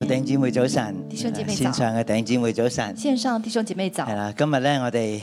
弟兄姊妹早晨，弟兄姊妹早線上嘅弟兄姊妹早晨，线上弟兄姐妹早係，啦，今日咧我哋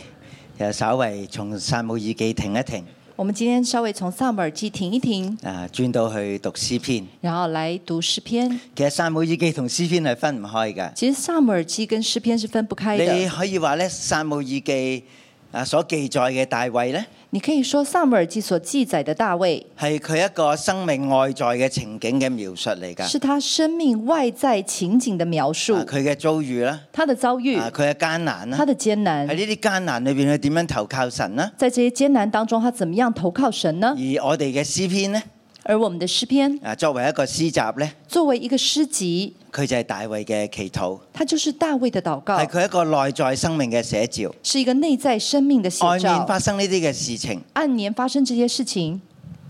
又稍為從撒母耳記停一停，我们今天稍微从萨姆耳记停一停，啊，轉到去讀詩篇。然后来读诗篇。其實撒母耳記同詩篇係分唔開㗎。其实萨姆耳记跟诗篇是分不开的。你你可以話咧，撒母耳記啊所記載嘅大衛咧，可以说萨姆耳记所记载的大卫，係佢一個生命外在嘅情景嘅描述嚟㗎。是他生命外在情景的描述，啊佢嘅遭遇啦，他的遭遇，啊，哎佢嘅艱難他啦，的艰喺难，呢啲艱難裏邊，佢點樣投靠神啦？在这些艰难当中，他怎么样投靠神呢？而我哋嘅詩篇咧，而我们的诗篇啊，作為一個詩集咧，作为一个诗集，佢就係大衛嘅祈禱。它就是大卫的祷告係，佢一個內在生命嘅寫照。是一个内在生命的写外面照。發生呢啲嘅事情，按年发生这些事情，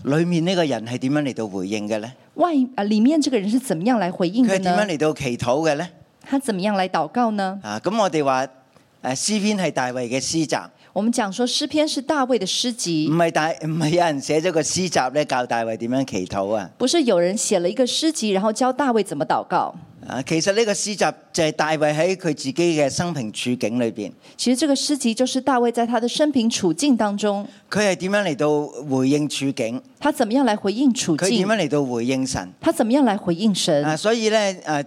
裡面呢個人係點樣嚟到回應嘅呢？外啊里面这个人是怎么样来回应佢的係點呢樣？嚟到祈禱嘅呢？他怎么样来祷告呢？啊，咁我哋話誒詩篇係大衛嘅詩集，我们讲说诗篇是大卫的诗唔集，係大唔係有人寫咗個詩集咧教大衛點樣祈禱啊！不是有人写了一个诗集，然后教大卫怎么祷告。啊，其實呢個詩集就係大衛喺佢自己嘅生平處境裏邊，其实这个诗集就是大卫在他的生平处境当中，佢係點樣嚟到回應處境，他怎么样来回应处佢點境樣，嚟到回應神他怎么样来回应啊！神。所以咧誒、啊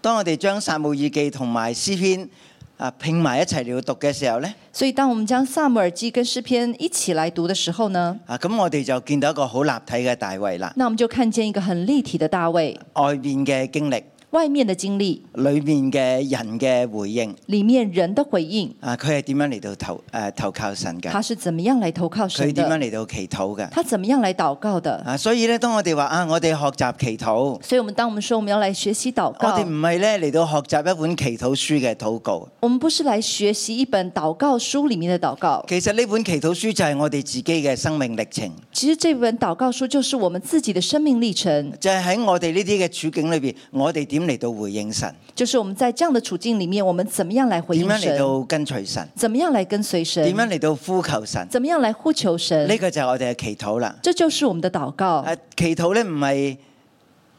當我哋將撒母耳記同埋詩篇啊拼埋一齊嚟到讀嘅時候咧。所以，当我们将萨姆耳记跟诗篇一起来读的时候呢，啊，咁我哋就見到一個好立體嘅大衛啦，那我们就看见一个很立体的大卫，外面嘅經歷，外面的经历，裏面嘅人嘅回應，里面人的回应，啊，佢係點樣嚟到投誒、呃投靠神嘅？他是怎么样来投靠佢神點樣的，嚟到祈禱嘅？他怎么样来祷告的。啊，所以咧，當我哋話啊，我哋學習祈禱，我所以，我们当我们说我们要来学习祷告哋，唔係咧嚟到學習一本祈禱書嘅禱告，我们不是来学习一本祷告书里面的祷告，其實呢本祈禱書就係我哋自己嘅生命歷程，其实这本祷告书就是我们自己的生命历程，就係、喺我哋呢啲嘅處境裏邊，我哋點嚟到回應神，就是我們在这样的處境里面，我們怎么样来回點应樣嚟神，到跟隨神，怎么样来跟隨神點，樣嚟到呼求神，怎么样来呼求呢、神，個就係我哋嘅祈禱啦。这就是我們的祷告。啊，祈禱咧唔係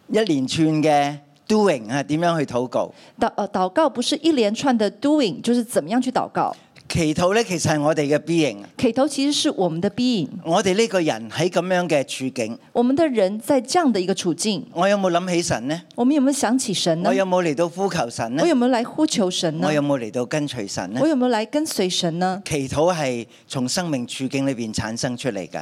一連串嘅 doing 啊，點樣去禱告？祷呃祷告不是一连串的 doing，就是怎么样去祷告。祈禱咧其實係我哋嘅 being，祈禱其實是我們的 being，我哋呢個人喺咁樣嘅處境，我們的人在这样的一個處境，我有冇諗起神呢？我們有沒有想起神呢我？有冇嚟到呼求神呢嗯我？有沒有来呼求神呢我？有冇嚟到跟隨神呢我？有沒有来跟隨神呢？祈禱係從生命處境裏邊產生出嚟嘅，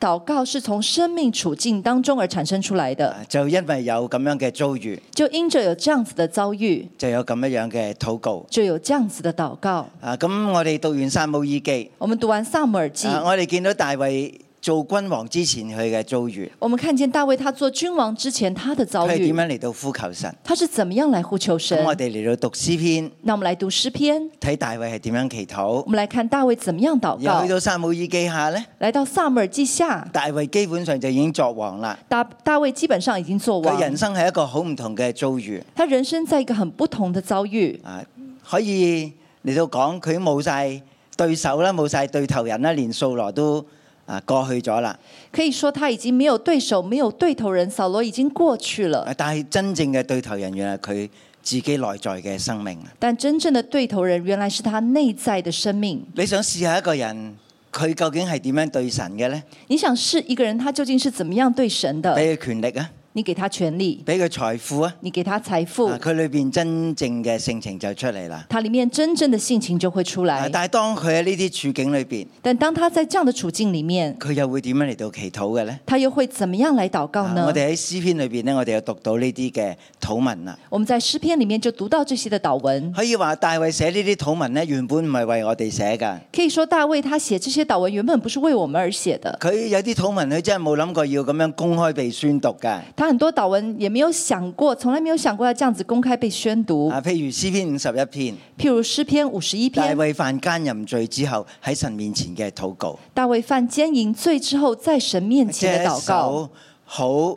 祷告是從生命處境當中而產生出來的。啊就因為有咁樣嘅遭遇，就因着有这样子的遭遇，就有咁樣樣嘅禱告。就有这样子的祷告。啊，咁我哋讀完撒母耳記，我们读完萨姆耳记，啊我哋見到大衛做君王之前佢嘅遭遇，我们看见大卫他做君王之前他的遭佢係遇點，樣嚟到呼求神？他是怎么样来呼求神咁？我哋嚟到讀詩篇，那我们来读诗篇，睇大衛係點樣祈禱。我们来看大卫怎么样祷又去告。到撒母耳記下呢，来到萨姆耳记下，大衛基本上就已經作王啦。大大卫基本上已经做佢王，人生係一個好唔同嘅遭遇他人生在一个很不同的遭遇，啊，可以嚟到講佢冇晒對手啦，冇晒對頭人啦，連掃羅都啊過去咗啦。可以说他已经没有对手，没有对头人，扫罗已经过去了。啊但係真正嘅對頭人原來係佢自己內在嘅生命。但真正的对头人原来是他内在的生命。你想試下一個人，佢究竟係點樣對神嘅呢？你想试一个人他究竟是怎么样对神的？俾佢權力啊，你给他权利，俾佢財富啊，你给他财富啊，佢裏邊真正嘅性情就出嚟啦。他里面真正的性情就会出啊来。但係當佢喺呢啲處境裏邊，但当他在这样的處境里面，佢又會點樣嚟到祈禱嘅呢？他又会怎么样来祷告啊呢我？哋喺詩篇裏邊呢，我哋又讀到呢啲嘅禱文啦。我们在詩篇里面就讀到这些的祷文，可以話大衛寫呢啲禱文呢，原本唔係為我哋寫㗎。可以说大衛他寫這些祷文原本不是為我們而寫的，佢有啲禱文，佢真係冇諗過要咁樣公開被宣讀㗎。他很多祷文也没有想過，從來沒有想過要這樣子公開被宣讀。啊，譬如詩篇五十一篇，譬如詩哦篇五十一大篇，衛犯奸淫罪之後喺神面前嘅禱告，大衛犯奸淫罪之後，在神面即前係的一祷首告，好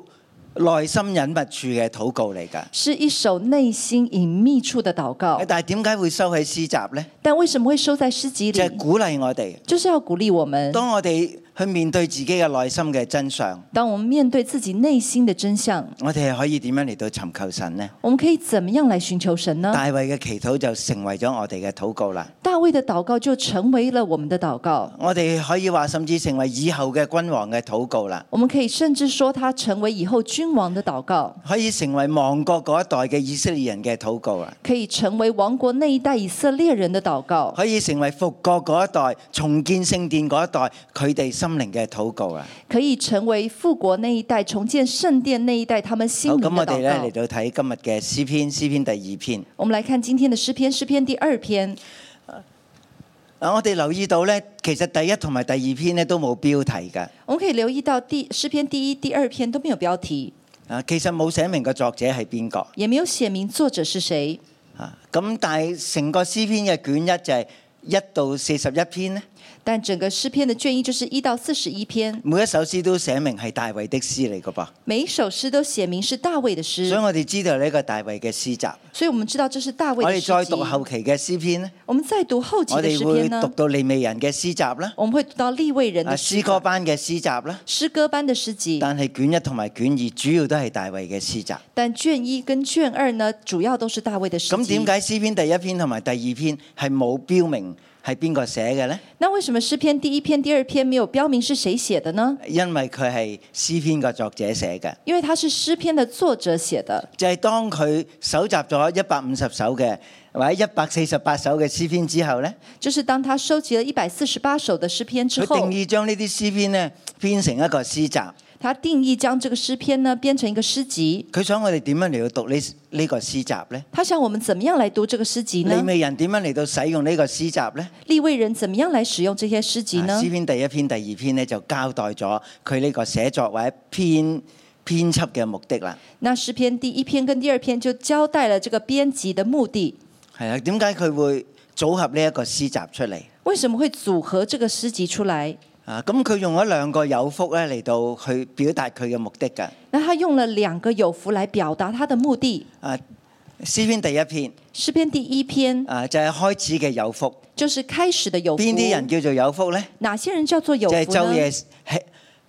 內心隱密處嘅禱告嚟㗎。是一首內心隱秘處的祷告。但係點解會收喺詩集呢？但為什麼會收在詩集就係里？鼓勵我哋。就是要鼓勵我們，當我哋去面對自己嘅內心嘅真相，当我们面对自己内心的真相，我哋係可以點樣嚟到尋求神呢？我们可以怎么样来寻求神呢？大衛嘅祈禱就成為咗我哋嘅禱告啦。大卫的祷告就成为了我们的祷告，我哋可以話甚至成為以後嘅君王嘅禱告啦，我们可以甚至说他成为以后君王的祷告，可以成為亡國嗰一代嘅以色列人嘅禱告啦，可以成为王国那一代以色列人的祷告，可以成為復國嗰一代重建聖殿嗰一代佢哋心靈嘅禱告啦。可以成为复国那一代重建圣殿那一代他们心好，灵咁我的哋咧嚟祷到告。睇今日嘅詩篇，詩篇第二篇。我们来看今天的诗篇，诗篇第二篇。啊，我哋留意到咧，其實第一同埋第二篇咧都冇標題㗎。我们可以留意到第诗篇第一、第二篇都没有标题，啊，其實冇寫明個作者係邊個也没有写明作者是谁。啊。咁但係成個詩篇嘅卷一就係一到四十一篇咧，但整个诗篇的卷一就是一到四十一篇，每一首詩都寫明係大衛的詩嚟㗎噃。每一首诗都写明是大卫的诗所以，我哋知道呢個大衛嘅詩集。所以我们知道这是大卫我的哋诗再集。讀後期嘅詩篇咧，我们再读后期我的哋诗會篇呢讀，到利未人嘅詩集啦，我们会读到立位人啊的嗯詩诗歌歌、班嘅詩集啦。诗歌班的诗集，但係卷一同埋卷二主要都係大衛嘅詩集。但卷一跟卷二呢，主要都是大卫的诗咁集點。解詩篇第一篇同埋第二篇係冇標明係邊個寫嘅呢？那为什么诗篇第一篇、第二篇没有标明是谁写的呢？因為佢係詩篇嘅作者寫嘅，因为它是诗篇的作者写的。就係當佢搜集咗一百五十首嘅或者一百四十八首嘅詩篇之後呢，就是当他收集了一百四十八首的诗篇之佢后定，義將呢啲詩篇呢編成一個詩集。他定义将这个诗篇呢编成一个诗集。佢想我哋點樣嚟到讀呢呢個詩集呢？他想我们怎么样来读这个诗集利呢？未人點樣嚟到使用呢個詩集呢？立位人怎么样来使用这些诗集啊呢詩？篇第一篇、第二篇呢，就交代咗佢呢個寫作或者編編輯嘅目的啦。那诗篇第一篇跟第二篇就交代了这个编辑的目的。係啊，點解佢會組合呢一個詩集出嚟？为什么会组合这个诗集出来？啊，咁佢用咗兩個有福咧嚟到去表達佢嘅目的㗎。那他用了两个有福来表达他的目的。啊，詩篇第一篇诗篇第一篇啊，就係、開始嘅有福。就是开始的有福，邊啲人叫做有福呢？哪些人叫做有就係福晝夜呢？喜，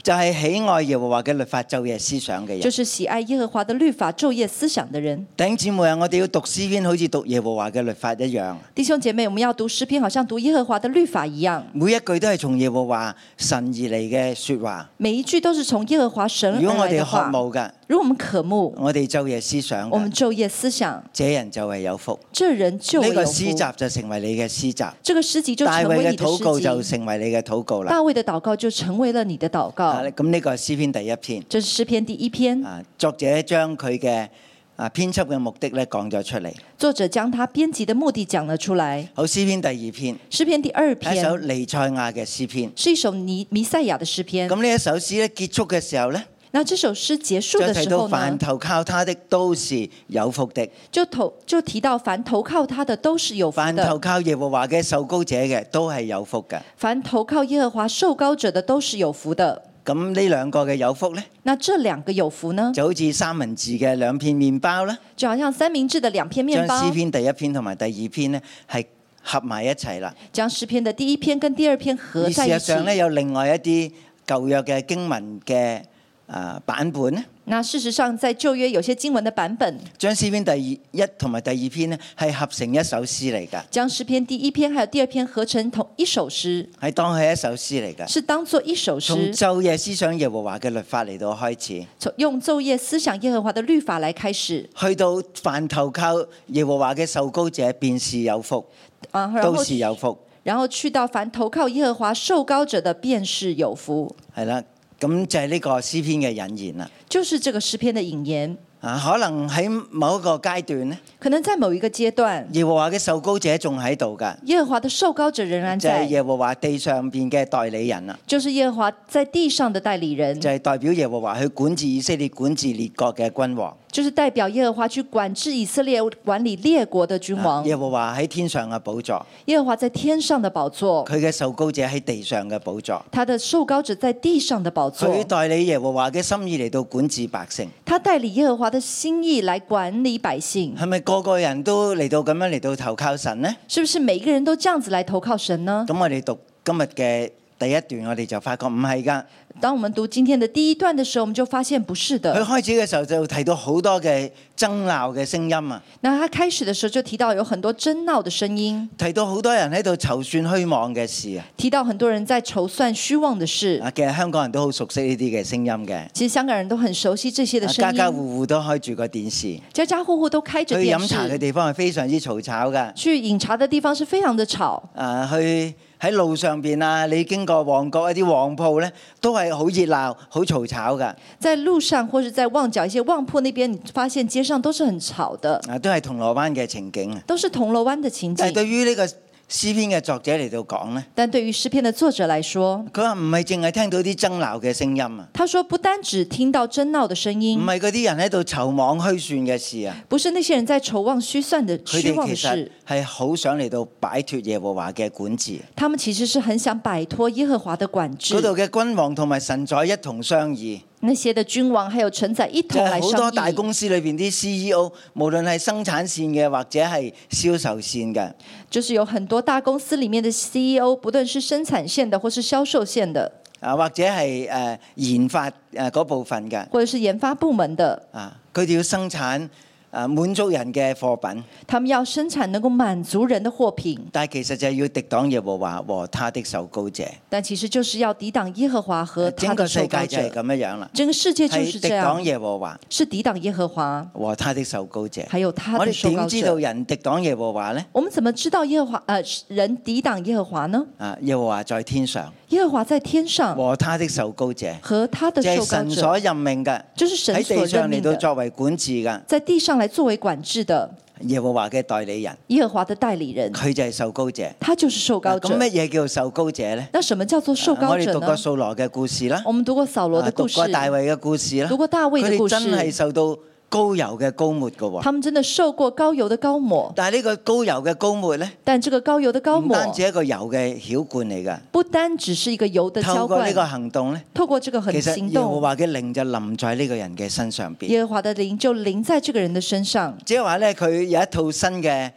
就係、喜愛耶和華嘅律法，晝夜思想嘅就人。是喜爱耶和华的律法、昼夜思想的人。弟兄姊妹啊，我哋要讀詩篇，好似讀耶和華嘅律法一樣。弟兄姐妹，我们要读诗篇，好像读耶和华的律法一样，每一句都係從耶和華神而嚟嘅説話。每一句都是从耶和华神如果我而来哋的渴话。慕嘅，如果我们渴慕，我哋晝夜思想我们嘅，昼夜思想，這人就係有福。这人就为呢個有詩福。集就成為你嘅詩集，这个诗集就大成衛为嘅你的禱告就诗集，成為你嘅禱告啦。大卫的祷告就成为了你的祷告啊。咁呢個係詩篇第一篇。这是诗篇第一篇，啊，作者將佢嘅啊編輯嘅目的咧講咗出嚟。作者将他编辑的目的讲了出来。好，詩篇第二篇诗篇第二係一首篇尼賽亞嘅詩篇。是一首弥弥赛亚的诗篇。咁呢一首詩咧結束嘅時候咧，那这首诗结束就的提时到候凡呢，投靠他的都是有福的，就投就提到凡投靠他的都是有福凡投的，靠耶和華嘅受高者嘅都係有福嘅。凡投靠耶和华受高者的都是有福的。咁呢兩個嘅有福咧，那這兩個有福呢，就好似三文治嘅兩片麵包啦，就好像三明治的兩片面將包詩，篇第一篇同埋第二篇咧係合埋一齊啦。將詩篇的第一篇跟第二篇合而事在一實起。上咧，有另外一啲舊約嘅經文嘅啊版本咧。那事實上，在舊約有些經文的版本，將詩篇第二一同埋第二篇呢，係合成一首詩嚟㗎，將詩篇第一篇還有第二篇合成同一首詩，係當佢係一首詩嚟㗎。是當做一首從詩，晝夜思想耶和華嘅律法嚟到開始，從用晝夜思想耶和華的律法來開始去到凡投靠耶和華嘅受膏者，便是有福，啊，然都後是有福，然後去到凡投靠耶和華受高者的，便是有福，係啦。咁就係呢個詩篇嘅引言啦。就是這個詩篇的引言。啊，可能喺某一個階段呢，可能在某一個階段，耶和華嘅受膏者仲喺度㗎，耶和華的受高者仍然就係在，耶和華地上邊嘅代理人啦，就是耶和華在地上的代理人就。係代表耶和華去管治以色列、管治列國嘅君王。就是代表耶和华去管制以色列、管理列国的君王。啊耶和華喺天上嘅寶座。耶和华在天上的宝座，佢嘅受膏者喺地上嘅寶座，他的受膏者在地上的宝佢座。代理耶和華嘅心意嚟到管治百姓，他代理耶和华的心意来管理百姓，係咪個個人都嚟到咁樣嚟到投靠神呢？嗯是不是每一个人都这样子来投靠神呢？咁我哋讀今日嘅第一段我哋就發覺唔係㗎。当我们读今天的第一段的时候，我们就发现不是佢的。開始嘅時候就提到好多嘅爭鬧嘅聲音啊，那他开始的时候就提到有很多争闹的声音，提到好多人喺度籌算虛妄嘅事啊。提到很多人在筹算虚妄的事。啊，其實香港人都好熟悉呢啲嘅聲音嘅，其实香港人都很熟悉这些的啊声家音，家戶戶都開住個電視，家家户户都开去着电飲茶嘅视。地方係非常之嘈吵㗎。去饮茶的地方是非常的吵，啊，去喺路上邊啊，你經過旺角一啲旺鋪咧，都係好熱鬧、好嘈吵㗎。在路上或是在旺角一些旺铺那边，你发现街上都是很吵的，啊，都係銅鑼灣嘅情景啊。都是铜锣湾的情但係景。對於呢個詩篇嘅作者嚟到講咧，但对于诗篇的作者来说，佢話唔係淨係聽到啲爭鬧嘅聲音啊，他说不单只听到争闹的声唔音，係嗰啲人喺度籌妄虛算嘅事啊，不是那些人在筹望虚算的佢虚哋妄的其實事，係好想嚟到擺脱耶和華嘅管治。他们其实是很想摆脱耶和华的管制嗰。度嘅君王同埋神宰一同商議，那些的君王还有臣宰一就同係来好多商大议，公司裏邊啲 CEO，無論係生產線嘅或者係銷售線嘅。就是有很多大公司里面的 CEO，不论是生产线的或是销售线的，啊，或者係誒、呃研發誒嗰、部分嘅或者是研发部门的，啊，佢哋要生產啊滿足人嘅貨品，他们要生產能够满足人的貨品，但係其實就係要敵擋耶和華和他的受膏者。但其实就是要抵擋耶和華和呃他哎整個的世受膏界就哎係者。咁樣樣啦，整個世界就係是敵這擋樣，耶和華是抵擋耶和華，和他的受膏者。還有他我的哋受膏點知道者。人敵擋耶和華呢？我們怎麼知道耶和華呃人抵擋耶和華呢？啊，耶和華在天上耶和華在天上和他的受膏者，和啊他的就係受膏神者，所任命嘅，就是神喺所地任上嚟命到的，作為管治嘅在地上來作為管制的耶和華嘅代理人，耶和華的代理人，佢就係受膏者。他就是受膏啊咁啊者。乜嘢叫受膏者呢？那什麼叫做受膏我哋者讀過呢？掃羅嘅故事啦，我們讀過掃羅啊的讀故事，過大衛嘅故事啦讀，過大衛佢的故哋事，真係受啊到高油嘅高抹嘅喎。他們真的受過高油的高抹，但係呢個高油嘅高抹呢，但这个高油的高唔抹單止係一個油嘅曉罐嚟㗎。不单只是一个油的透浇過呢灌，個行動呢，透過這個很其實行耶和動，華嘅靈就臨在呢個人嘅身上邊，耶和華的靈就臨在这个人的身上，即係話呢，佢有一套新嘅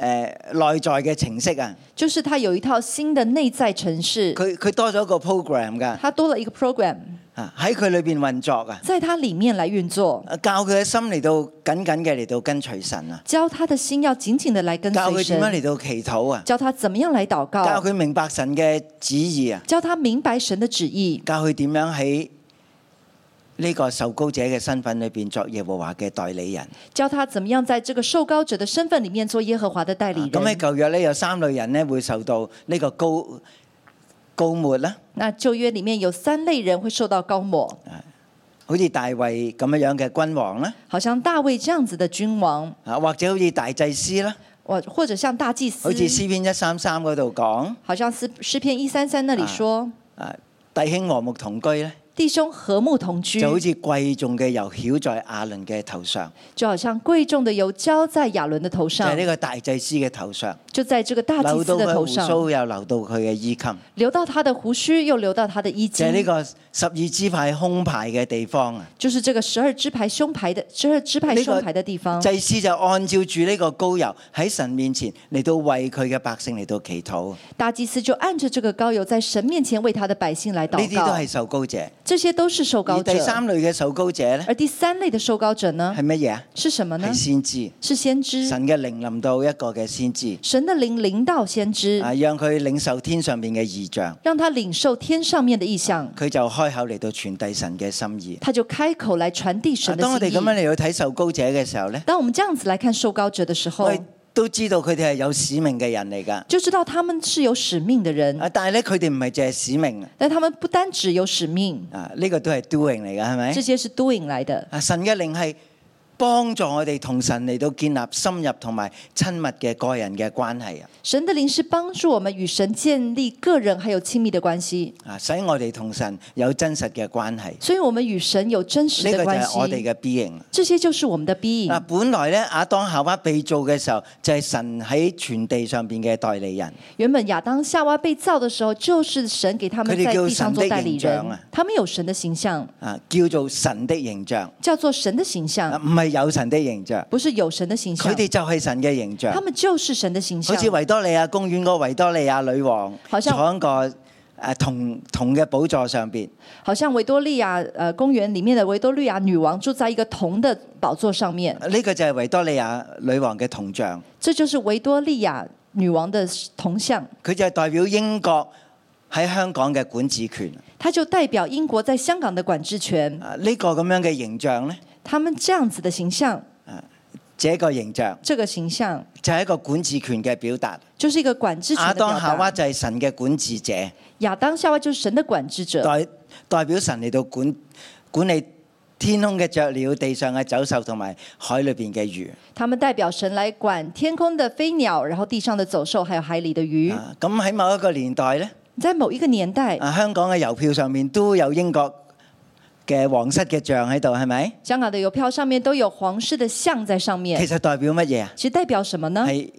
誒內在嘅程式啊，就是他有一套新的內在程式，佢佢多咗個 program 㗎，他多了一個 program，啊喺佢裏邊運作啊，在它裡面來運作，教佢嘅心嚟到緊緊嘅嚟到跟隨神啊，教他的心要緊緊的來跟教隨佢點樣神，哦嚟到祈禱啊，教他怎麼樣來禱教告，佢明白神嘅旨意啊，教他明白神的旨意，教佢點樣喺呢個受高者嘅身份裏邊作耶和華嘅代理人。啊教他怎麼樣在這個受膏者的身份裡面做耶和華的代理啊咁喺人。舊約咧，有三類人咧會受到呢個高高末啦，那舊約裡面有三類人會受到高抹，好似大衛咁樣樣嘅君王啦，好像大衛這樣子的君王，啊或者好似大祭司啦，或或者像大祭司好似。詩篇一三三嗰度講，好像诗诗篇一三三那里说，啊弟兄和睦同居咧，弟兄和睦同居，就好似貴重嘅油曉在亞倫嘅頭上，就好像贵重的油浇在亚伦的头就係上呢，個大祭司嘅頭上，就在这个大祭流到司的佢头胡上，鬚又流到佢嘅衣襟，流到他的胡须，又流到他的衣就係呢襟，個十二支派胸牌嘅地方啊。就是这个十二支牌胸牌的十二支牌胸牌的地方。祭司就按照住呢個高油喺神面前嚟到為佢嘅百姓嚟到祈禱。大祭司就按着这个膏油，在神面前为他的百姓来呢啲祷都告係。受高者。这些都是受膏而者第。三類嘅受高者咧而第三类的受膏者呢係，乜嘢啊？是什么呢係？先知，是先知，神嘅靈臨到一個嘅先知，神的灵领导先知，啊，讓佢領受天上面嘅異象，让他领受天上面的意象。佢就開口嚟到傳遞神嘅心意。他就开口来传递啊神的當我心哋意。咁樣嚟到睇受高者嘅時候咧，当我们这样子来看受膏者的时候我，哋都知道佢哋係有使命嘅人嚟㗎。就知道他们是有使命的人，啊，但係咧佢哋唔係淨係使命但他们不单只有使命，啊，呢、個都係 doing 嚟㗎，係咪这？些是 doing 来的。啊，神嘅靈係幫助我哋同神嚟到建立深入同埋親密嘅個人嘅關係啊！神的灵是帮助我们与神建立个人还有亲密的关系，啊，使我哋同神有真實嘅關係。所以我们与神有真实呢個就的嗯关係我哋系。嘅啊 B 型。这些就是我们的 being 嗱，。本來咧亞當夏娃被造嘅時候，就係、神喺全地上邊嘅代理人。原本亚当夏娃被造的时候，就是神给他们在地上做代理佢哋叫神的形象人啊，他们有神的形象，啊，叫做神的形象，叫做神的形啊象，唔係有神的形象，不是有神的形佢象，哋就係神嘅形象他。们就是神的形好象似。維多利亞公園嗰個維多利亞女王，好坐像喺個誒誒銅銅嘅寶座上邊。好像維多利亞呃公園裡面的維多利亞女王住在一個銅的寶座上面，呢、個就係維多利亞女王嘅銅像，這就是維多利亞女王的銅像，佢就係代表英國喺香港嘅管治權。它就代表英國在香港的管治權。啊，呢、個咁樣嘅形象呢，他們這樣子的形象，這個形象這個形象就係一個管治權嘅表達。就是一個管治權亞的表當夏娃達。就係神嘅管治者，亞當夏娃就是神的管治者，代代表神嚟到管管理天空嘅雀鳥、地上嘅走獸同埋海裏邊嘅魚。他們代表神來管天空的飛鳥，然後地上的走獸，還有海裡的魚。啊咁喺某一個年代呢，在某一個年代，啊香港嘅郵票上面都有英國嘅皇室嘅像喺度，係咪？香港的郵票上面都有皇室的像在上面其，實代表乜嘢啊？其實代表什麼呢？係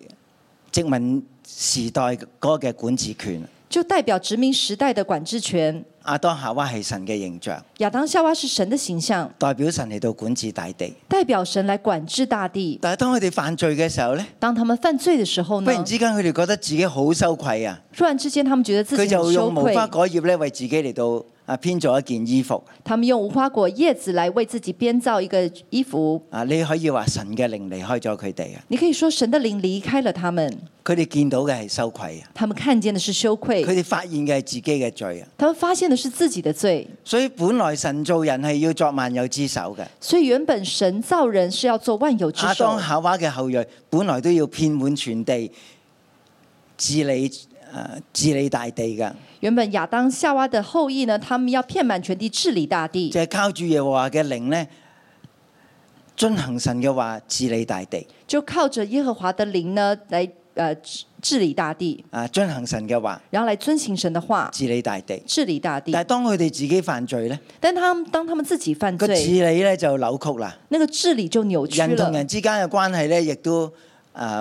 殖民時代嗰個嘅管治權。就代表殖民時代的管治權。亞當夏娃係神嘅形象，亞當夏娃是神的形象，代表神嚟到管治大地。代表神來管制大地。但係當佢哋犯罪嘅時候呢，當他們犯罪的時候忽呢，然之間佢哋覺得自己好羞愧啊！突然之間他們覺得自佢己就很羞用無愧，花果葉咧為自己嚟到啊編咗一件衣服他們用無花果葉子來為自己編造一個衣服。啊！你可以話神嘅靈離開咗佢哋啊！你可以說神的靈離開了他們，佢哋見到嘅係羞愧啊！他們看見的是羞愧佢，哋發現嘅係自己嘅罪啊！他們發現的是自己的罪。所以本來神造人係要作萬有之首嘅，所以原本神造人是要做萬有之亞首當，夏娃嘅後裔本來都要遍滿全地治理誒、呃治理大地嘅，原本亞當夏娃的後裔呢，他們要遍滿全地治理大地，就係、靠住耶和華嘅靈呢，遵行神嘅話治理大地就靠着耶和華的靈呢，来呃治治理大地，啊，遵行神嘅話然後來遵行神的話，治理大地。治理大地但。係當佢哋自己犯罪呢。但他們當他們自己犯個治罪，理咧就扭曲啦，那個治理就扭曲人同了，人之間嘅關係咧亦都誒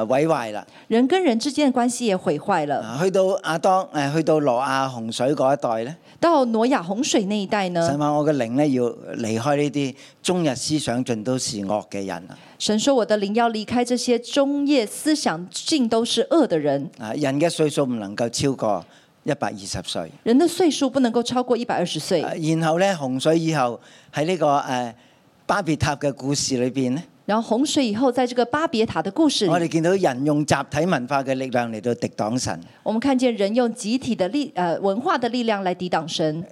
毀壞啦。人跟人之間的關係也毀壞了。啊去到亞當誒，去到羅亞洪水嗰一代咧，到挪亞洪水那一代呢神，話我嘅靈咧要離開呢啲終日思想盡都是惡嘅人啊！神說我的靈要離開這些中夜思想盡都是惡的人，啊，人嘅歲數唔能夠超過一百二十歲。人的歲數不能夠超過一百二十歲啊。然後咧洪水以後喺呢、個誒、巴別塔嘅故事裏邊咧，然後洪水以後，在這個巴別塔的故事我裡，哋見到人用集體文化嘅力量嚟到敵擋神，我們看見人用集體的力呃文化的力量來抵擋神，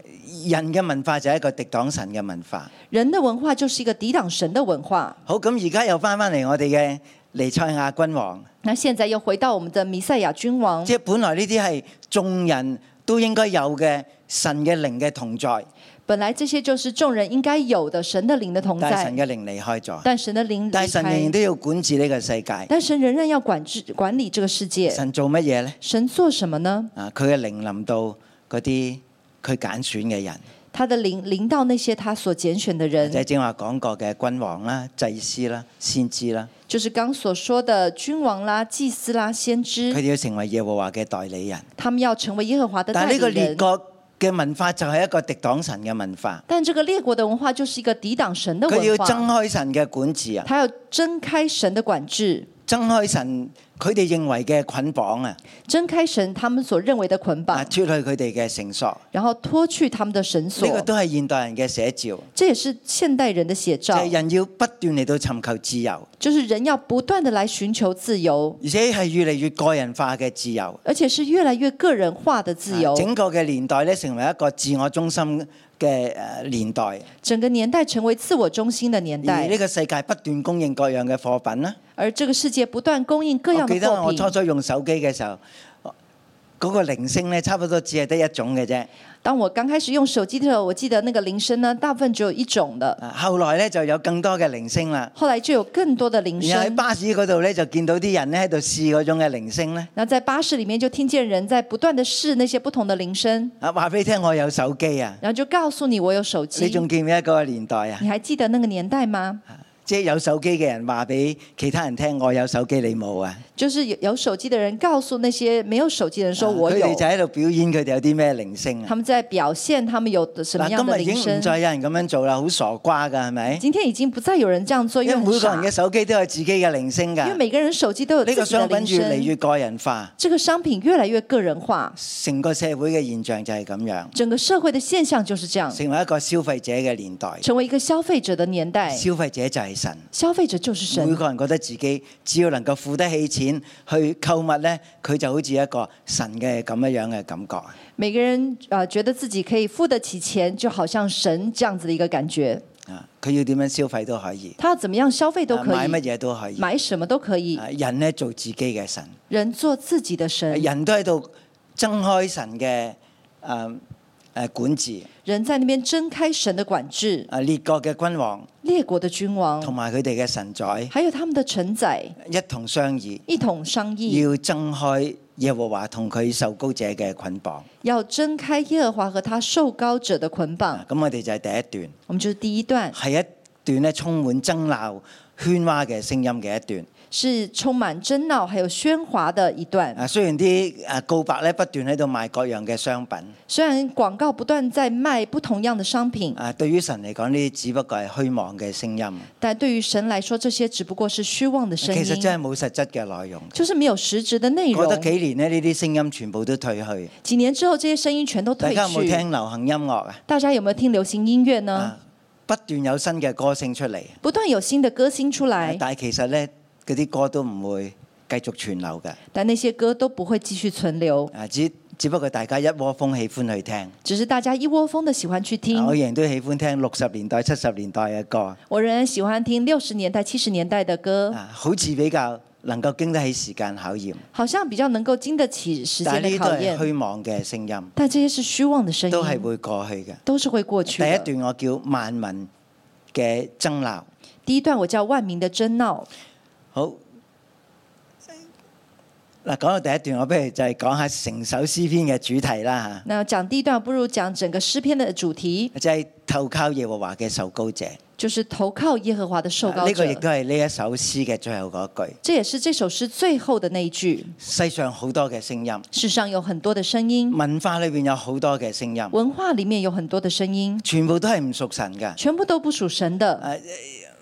人嘅文化就係一個敵擋神嘅文化。人的文化就是一個抵擋神的文化。好，咁而家又翻翻嚟我哋嘅尼賽亞君王，那現在又回到我們的彌賽亞君王，即係本來呢啲係眾人都應該有嘅神嘅靈嘅同在，本來這些就是眾人應該有的神的靈的同但係神在，嘅靈離開咗，但神的靈但離係神仍然開，都要管治呢個世界。但神仍然要管制管理這個世界。神做乜嘢呢？神做什麼呢？啊，佢嘅靈臨到嗰啲佢揀選嘅人，他的靈臨到那些他所揀選的即係人，正話講過嘅君王啦、祭司啦、先知啦，就是剛所說的君王啦、祭司啦、佢先知，哋要成為耶和華嘅代理人。他們要成為耶和華的但係代理呢個列人。國嘅文化就係一個敵擋神嘅文化，但這個列國的文化就是一個抵擋神的佢要文掙化，開神嘅管治啊！他要掙開神的管制，掙開神佢哋認為嘅捆綁啊，掙開神他們所認為的捆啊脱綁，去佢哋嘅繩索，呢、然後脱去他們的繩索。個都係現代人嘅寫照，这也是現代人的寫就照，係、人要不斷嚟到尋求自由，就是人要不斷的來尋求自由，而且係越嚟越個人化嘅自由。而且是越來越個人化的自由啊。整個嘅年代咧，成為一個自我中心嘅誒年代，整個年代成為自我中心的年而呢代，個世界不斷供應各樣嘅貨品啦。而這個世界不斷供應各我樣記的得哦我貨初品。初用手機嘅時候，嗰、個鈴聲咧，差不多只係得一種嘅啫。當我剛開始用手機的時候，我記得那個鈴聲呢，大部分只有一種的，啊後來咧就有更多嘅鈴聲啦。後來就有更多的鈴然後喺聲。巴士嗰度咧，就見到啲人咧喺度試嗰種嘅鈴聲咧。然後在巴士裡面就聽見人在不斷的試那些不同的鈴聲，啊，話俾你聽，我有手機啊！然後就告訴你我有手你機。仲記唔記得嗰個年代啊你？還記得那個年代嗎？即係有手機嘅人話俾其他人聽，我有手機你冇啊！就是有有手機的人告訴那些沒有手機的人說我啊佢有哋，就喺度表演佢哋有啲咩靈性啊！他們在表現他們有的什麼嗱，樣今的日已鈴經唔再聲。有人咁樣做啦，好傻瓜㗎，係咪？今天已經不再有人這樣做，因因為為每很個傻人嘅，手機都有自己嘅靈性因為㗎。每個人手機都有自呢己個商的品鈴越嚟聲。越個人化，這個商品越來越個人化，成個社會嘅現象就係咁樣，整個社會的現象就是這樣，成為一個消費者嘅年代。成為一個消費者的年代，消費者就係神，消費者就是每神。個人覺得自己只要能夠付得起錢去購物呢，佢就好似一個神嘅咁樣樣嘅感覺。每個人啊、呃覺得自己可以付得起錢，就好像神這樣子的一個感覺。啊，佢要點樣消費都可以，他要怎麼樣消費都啊可買以，乜嘢都可以。買什麼都可以啊，哎人呢做自己嘅神，人做自己的神，人都喺度爭開神嘅誒誒管治。人在那邊睜開神的管制，啊，列國嘅君王列國的君同王，埋佢哋嘅神宰還有他們的臣宰，一同商議，一同商議，要掙開耶和華同佢受高者嘅捆綁。要掙開耶和華和他受膏者的捆綁啊。咁我哋就係第一段，我們就是第一段，係一段咧充滿爭鬧、喧譁嘅聲音嘅一段。是充滿爭鬧還有喧嘩的一段。啊，雖然啲啊告白咧不斷喺度賣各樣嘅商品，雖然廣告不斷在賣不同樣的商品，啊，對於神嚟講呢啲只不過係虛妄嘅聲音，但對於神來說，這些只不過是虛妄的聲其實音，真係冇實質嘅內容。就是沒有實質的內過得容。幾年呢，呢啲聲音全部都退去。幾年之後，這些聲音全都大退家有冇去。聽流行音樂啊？大家有沒有聽流行音樂呢？啊，不斷有新嘅歌聲出嚟。不斷有新的歌星出來，但係其實咧，嗰啲歌都唔會繼續存留嘅，但那些歌都不會繼續存留，啊只只不過大家一窩蜂喜歡去聽。只是大家一窩蜂的喜歡去聽啊。我仍都喜歡聽六十年代、七十年代嘅歌，我仍然喜歡聽六十年代、七十年代的歌，啊好似比較能夠經得起時間考驗。好像比較能夠經得起時但間係呢啲的考都係驗。虛妄嘅聲音，但這些是虛妄的聲音，都係會過去嘅。都是會過去的。第一段我叫萬民嘅爭鬧，第一段我叫萬民的爭鬧。好嗱講到第一段，我不如就係講下成首詩篇嘅主題啦那講第一段，不如講整個詩篇的主題，嚇，就係投靠耶和華嘅受膏者。啊就是投靠耶和華的受膏呢個亦者。都係呢一首詩嘅最後嗰句。這也是這首詩最後的那一句。世上好多嘅聲音，世上有很多的聲音，文化裏邊有好多嘅聲音，文化裡面有很多的聲音，全部都係唔屬神嘅。全部都不屬神的。哎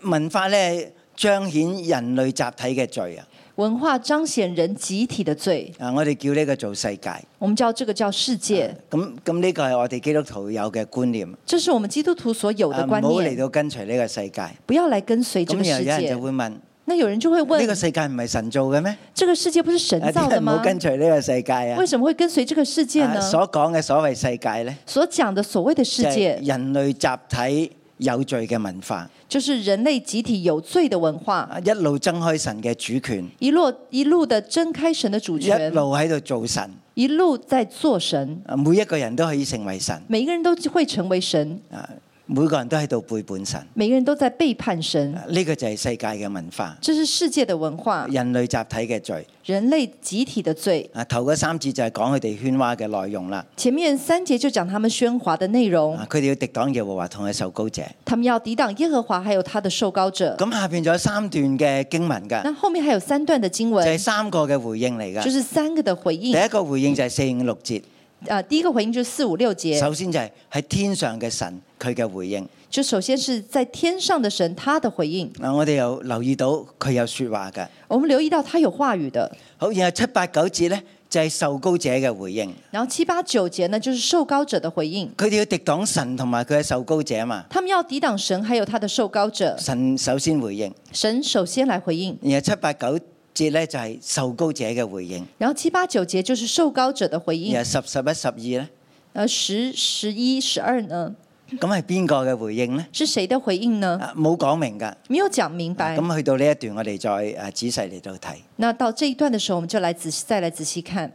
文化咧彰顯人類集體嘅罪啊！文化彰顯人集體的罪，啊，我哋叫呢個做世界。我們叫這個叫世界，咁咁呢個係我哋基督徒有嘅觀念，啊這是我們基督徒所有唔的好觀嚟念。到跟隨呢個世界。不要來跟隨這咁然個後世有人就界。會問：呢那有人就會個問：世界唔係神做嘅咩？這個世界不是神啊造點解的唔好嗎？ 跟隨呢個世界啊為？什麼會跟隨這個世界啊呢？所講嘅所謂世界呢，所講的所謂的世就界係，人類集體有罪嘅文化。就是人類集體有罪的文化，啊一路爭開神嘅主權，一路一路的掙開神的主一權，路喺度做神，一路在做神。啊每一個人都可以成為神，每個人都會成為神，啊每個人都喺度背叛神，每個人都在背叛神。啊呢、個就係世界嘅文化，這是世界的文化，人類集體嘅罪。人類集體的罪。啊，頭嗰三節就係講佢哋喧譁嘅內容啦，前面三節就講他們喧嘩的內容啊，佢哋要敵擋耶和華同佢受膏者。他們要抵擋耶和華，還有他的受膏者。咁下邊仲有三段嘅經文㗎，那後面還有三段的經就係文，三個嘅回應嚟就㗎。是三個的回第應。一個回應就係四五六節，呃，第一個回應就是四五六節，首先就係喺天上嘅神佢嘅回應。就首先是在天上的神他的回應。嗱，我哋又留意到佢有説話㗎。我們留意到他有話語的。好，然後七八九節呢，就係受膏者嘅回應。然後七八九節呢，就是受膏者的回應。佢哋要敵擋神同埋佢嘅受膏者嘛。他們要抵擋神，還有他的受膏者。神首先回應，神首先來回應，然後七八九節咧就係受膏者嘅回應，然後七八九節就是受膏者的回應然後。十十一十二咧，而十、十一、十二呢，咁係邊個嘅回應呢？是誰的回應呢？啊冇講明㗎。沒有講明白。咁去到呢一段，我哋再啊仔細嚟到睇。那到這一段的時候，我們就來仔細再來仔細看，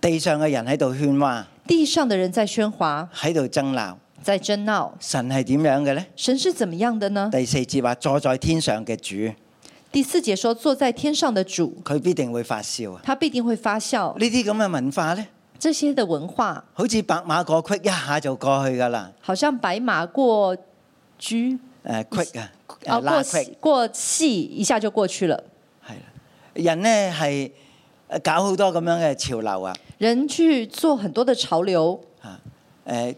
地上嘅人喺度喧譁，地上的人在喧嘩，喺度爭鬧，在爭鬧，神係點樣嘅呢？神是怎麼樣的呢？第四節話坐在天上嘅主，第四節說，坐在天上的主，佢必定會發笑啊！他必定會發笑。呢啲咁嘅文化呢，這些的文化，好似白馬過隙，一下就過去㗎啦。好像白馬過車，誒 quick 啊，熬誒过拉氣 quick 过气一下就過去了。係啦。人咧係誒搞好多咁樣嘅潮流啊，人去做很多的潮流，嚇誒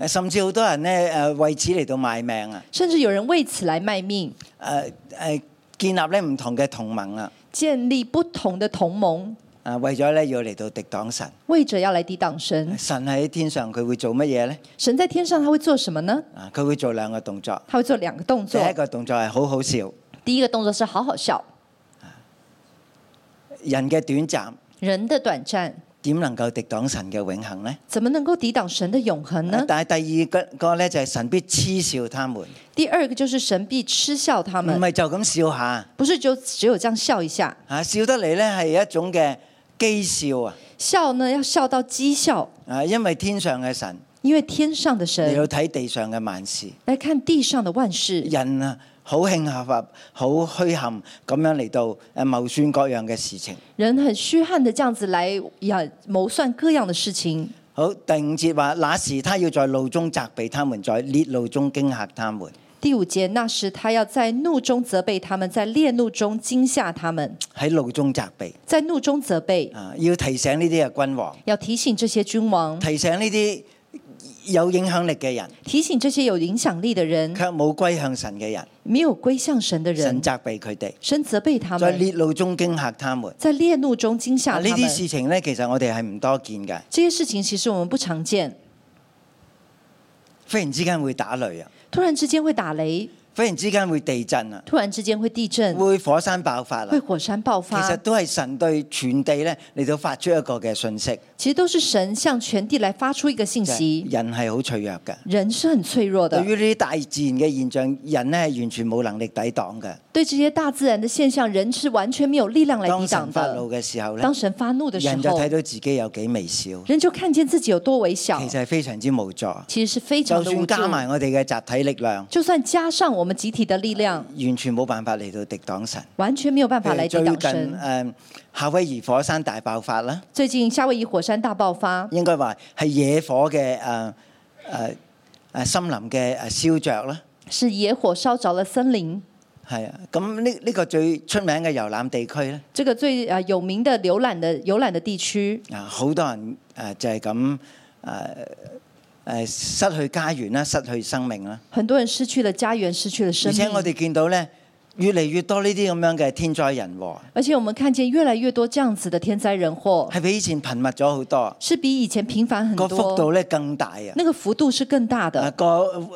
誒，甚至好多人咧誒為此嚟到賣命啊，甚至有人為此来賣命，誒誒建立咧唔同嘅同盟啊，建立不同的同盟，啊為咗咧要嚟到敵擋神。為着要來抵擋神。神喺天上佢會做乜嘢咧？神在天上他會做什麼呢？啊，佢會做兩個動作。他會做兩個動第作，一個動作係好好笑，第一個動作是好好笑，人嘅短暫人的短暫點能夠敵擋神嘅永恆呢？怎麼能夠抵擋神的永恆呢？呃但係第二個個咧就係神必嗤笑他們，唔第二個就是神必嗤笑他們，係就咁笑下不是就只有這樣笑一下，啊，笑得嚟咧係一種嘅讥笑啊！笑呢要笑到讥笑，啊，因為天上嘅神因為天上的你神要睇地上嘅萬事，來看地上的萬事，人啊好慶合合，好虛陷咁樣嚟到誒呃謀算各樣嘅事情。人很虛悍的這樣子來呀謀算各樣的事情。好，第五節話，那時他要在路中責備他們，在烈怒中驚嚇他們。第五節，那時他要在怒中責備他們，在烈怒中驚嚇他們，喺路中責備在怒中責備，啊，要提醒呢啲嘅君王，要提醒這些君王，提醒呢啲有影響力嘅人，提醒這些有影響力的人，卻冇歸向神嘅人，沒有歸向神的人神，責備佢哋，神責備他在們，烈怒中驚嚇他們。在烈怒中驚啊嚇呢他啲們。事情呢，其實我哋係唔多見嘅，這些事情其實我們不常見，忽然之間會打雷啊，突然之間會打雷，忽然之間會地震啊，突然之間會地震，會火山爆發嗯會啊。火山爆其實發，都係神對全地呢嚟到發出一個嘅訊息，其實都是神向全地來發出一個信就係息，人係好脆弱嘅。人是很脆弱的對。於呢啲大自然嘅現象，人呢係完全冇能力抵擋嘅。对这些大自然的现象，人是完全没有力量来抵當挡神發怒的。嘅時候呢当，神发怒的时人就候睇，到自己有幾微小，人就看見自己有多微小其，實係非常之無助。其實是非就常的無算助。加埋我哋嘅集體力量，就算加上我們集體的力量，完全冇辦法嚟到敵擋神。完全沒有辦法來抵呃最近誒、擋神。夏威夷火山大爆發啦，最近夏威夷火山大爆發，應該話係野火嘅誒誒誒森林嘅誒燒着啦。是野火燒着了森林。係啊，咁呢呢個最出名嘅遊覽地區咧，這個最呃有名的遊覽的遊覽的地區，啊好多人誒就係咁誒誒失去家園啦，失去生命啦。很多人失去了家園，失去了而生且我哋命。見到咧，越嚟越多呢啲咁樣嘅天災人禍，而且我們看見越來越多這樣子的天災人禍，係比以前頻密咗好多，是比以前頻繁很個幅度多，咧更大啊，那個幅度是更大的啊。個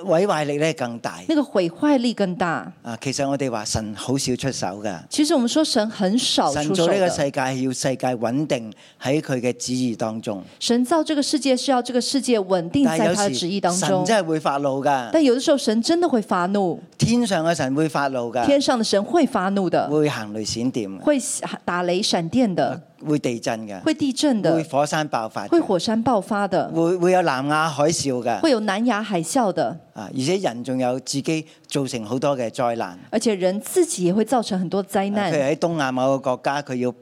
毀壞力咧更大。那個毀壞力更大。啊，其實我哋話神好少出手噶，其實我們說神很少神出手做呢個的，世界係要世界穩定喺佢嘅旨意當中，神造這個世界是要這個世界穩定但係在有他的旨意時當神中。真係會發怒噶，但有的時候神真的會發怒，天上嘅神會發怒噶，天上的神會發怒的，會行雷閃電㗎，會打雷閃電的，會地震噶，會地震會的，火山爆發㗎，會火山爆發的，會會有南亞海嘯噶，會有南亞海嘯的，啊，而且人仲有自己造成好多嘅災難。啊而且人自己也會造成很多災譬如難。喺東亞某個國家，佢要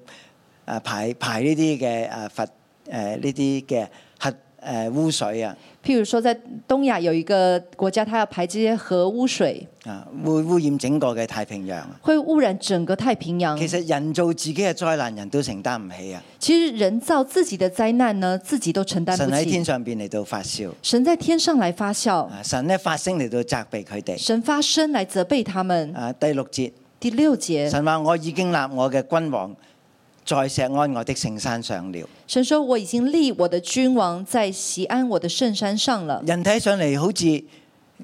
誒排排呢啲嘅誒佛誒呢啲嘅核誒污水啊，譬如說，在東亞有一個國家，它要排這些核污水，啊會污染整個嘅太平洋啊。會污染整個太平洋。其實人造自己嘅災難，人都承擔唔起啊！其實人造自己的災難呢，自己都承擔神不喺起天。上邊嚟到發笑，神在天上來發笑，啊神咧發聲嚟到責備佢哋。神發聲來責備他們。啊，第六節，第六節，神話我已經立我嘅君王在錫安我的聖山上了。神說：“我已經立我的君王在錫安我的聖山上了。人睇上嚟好似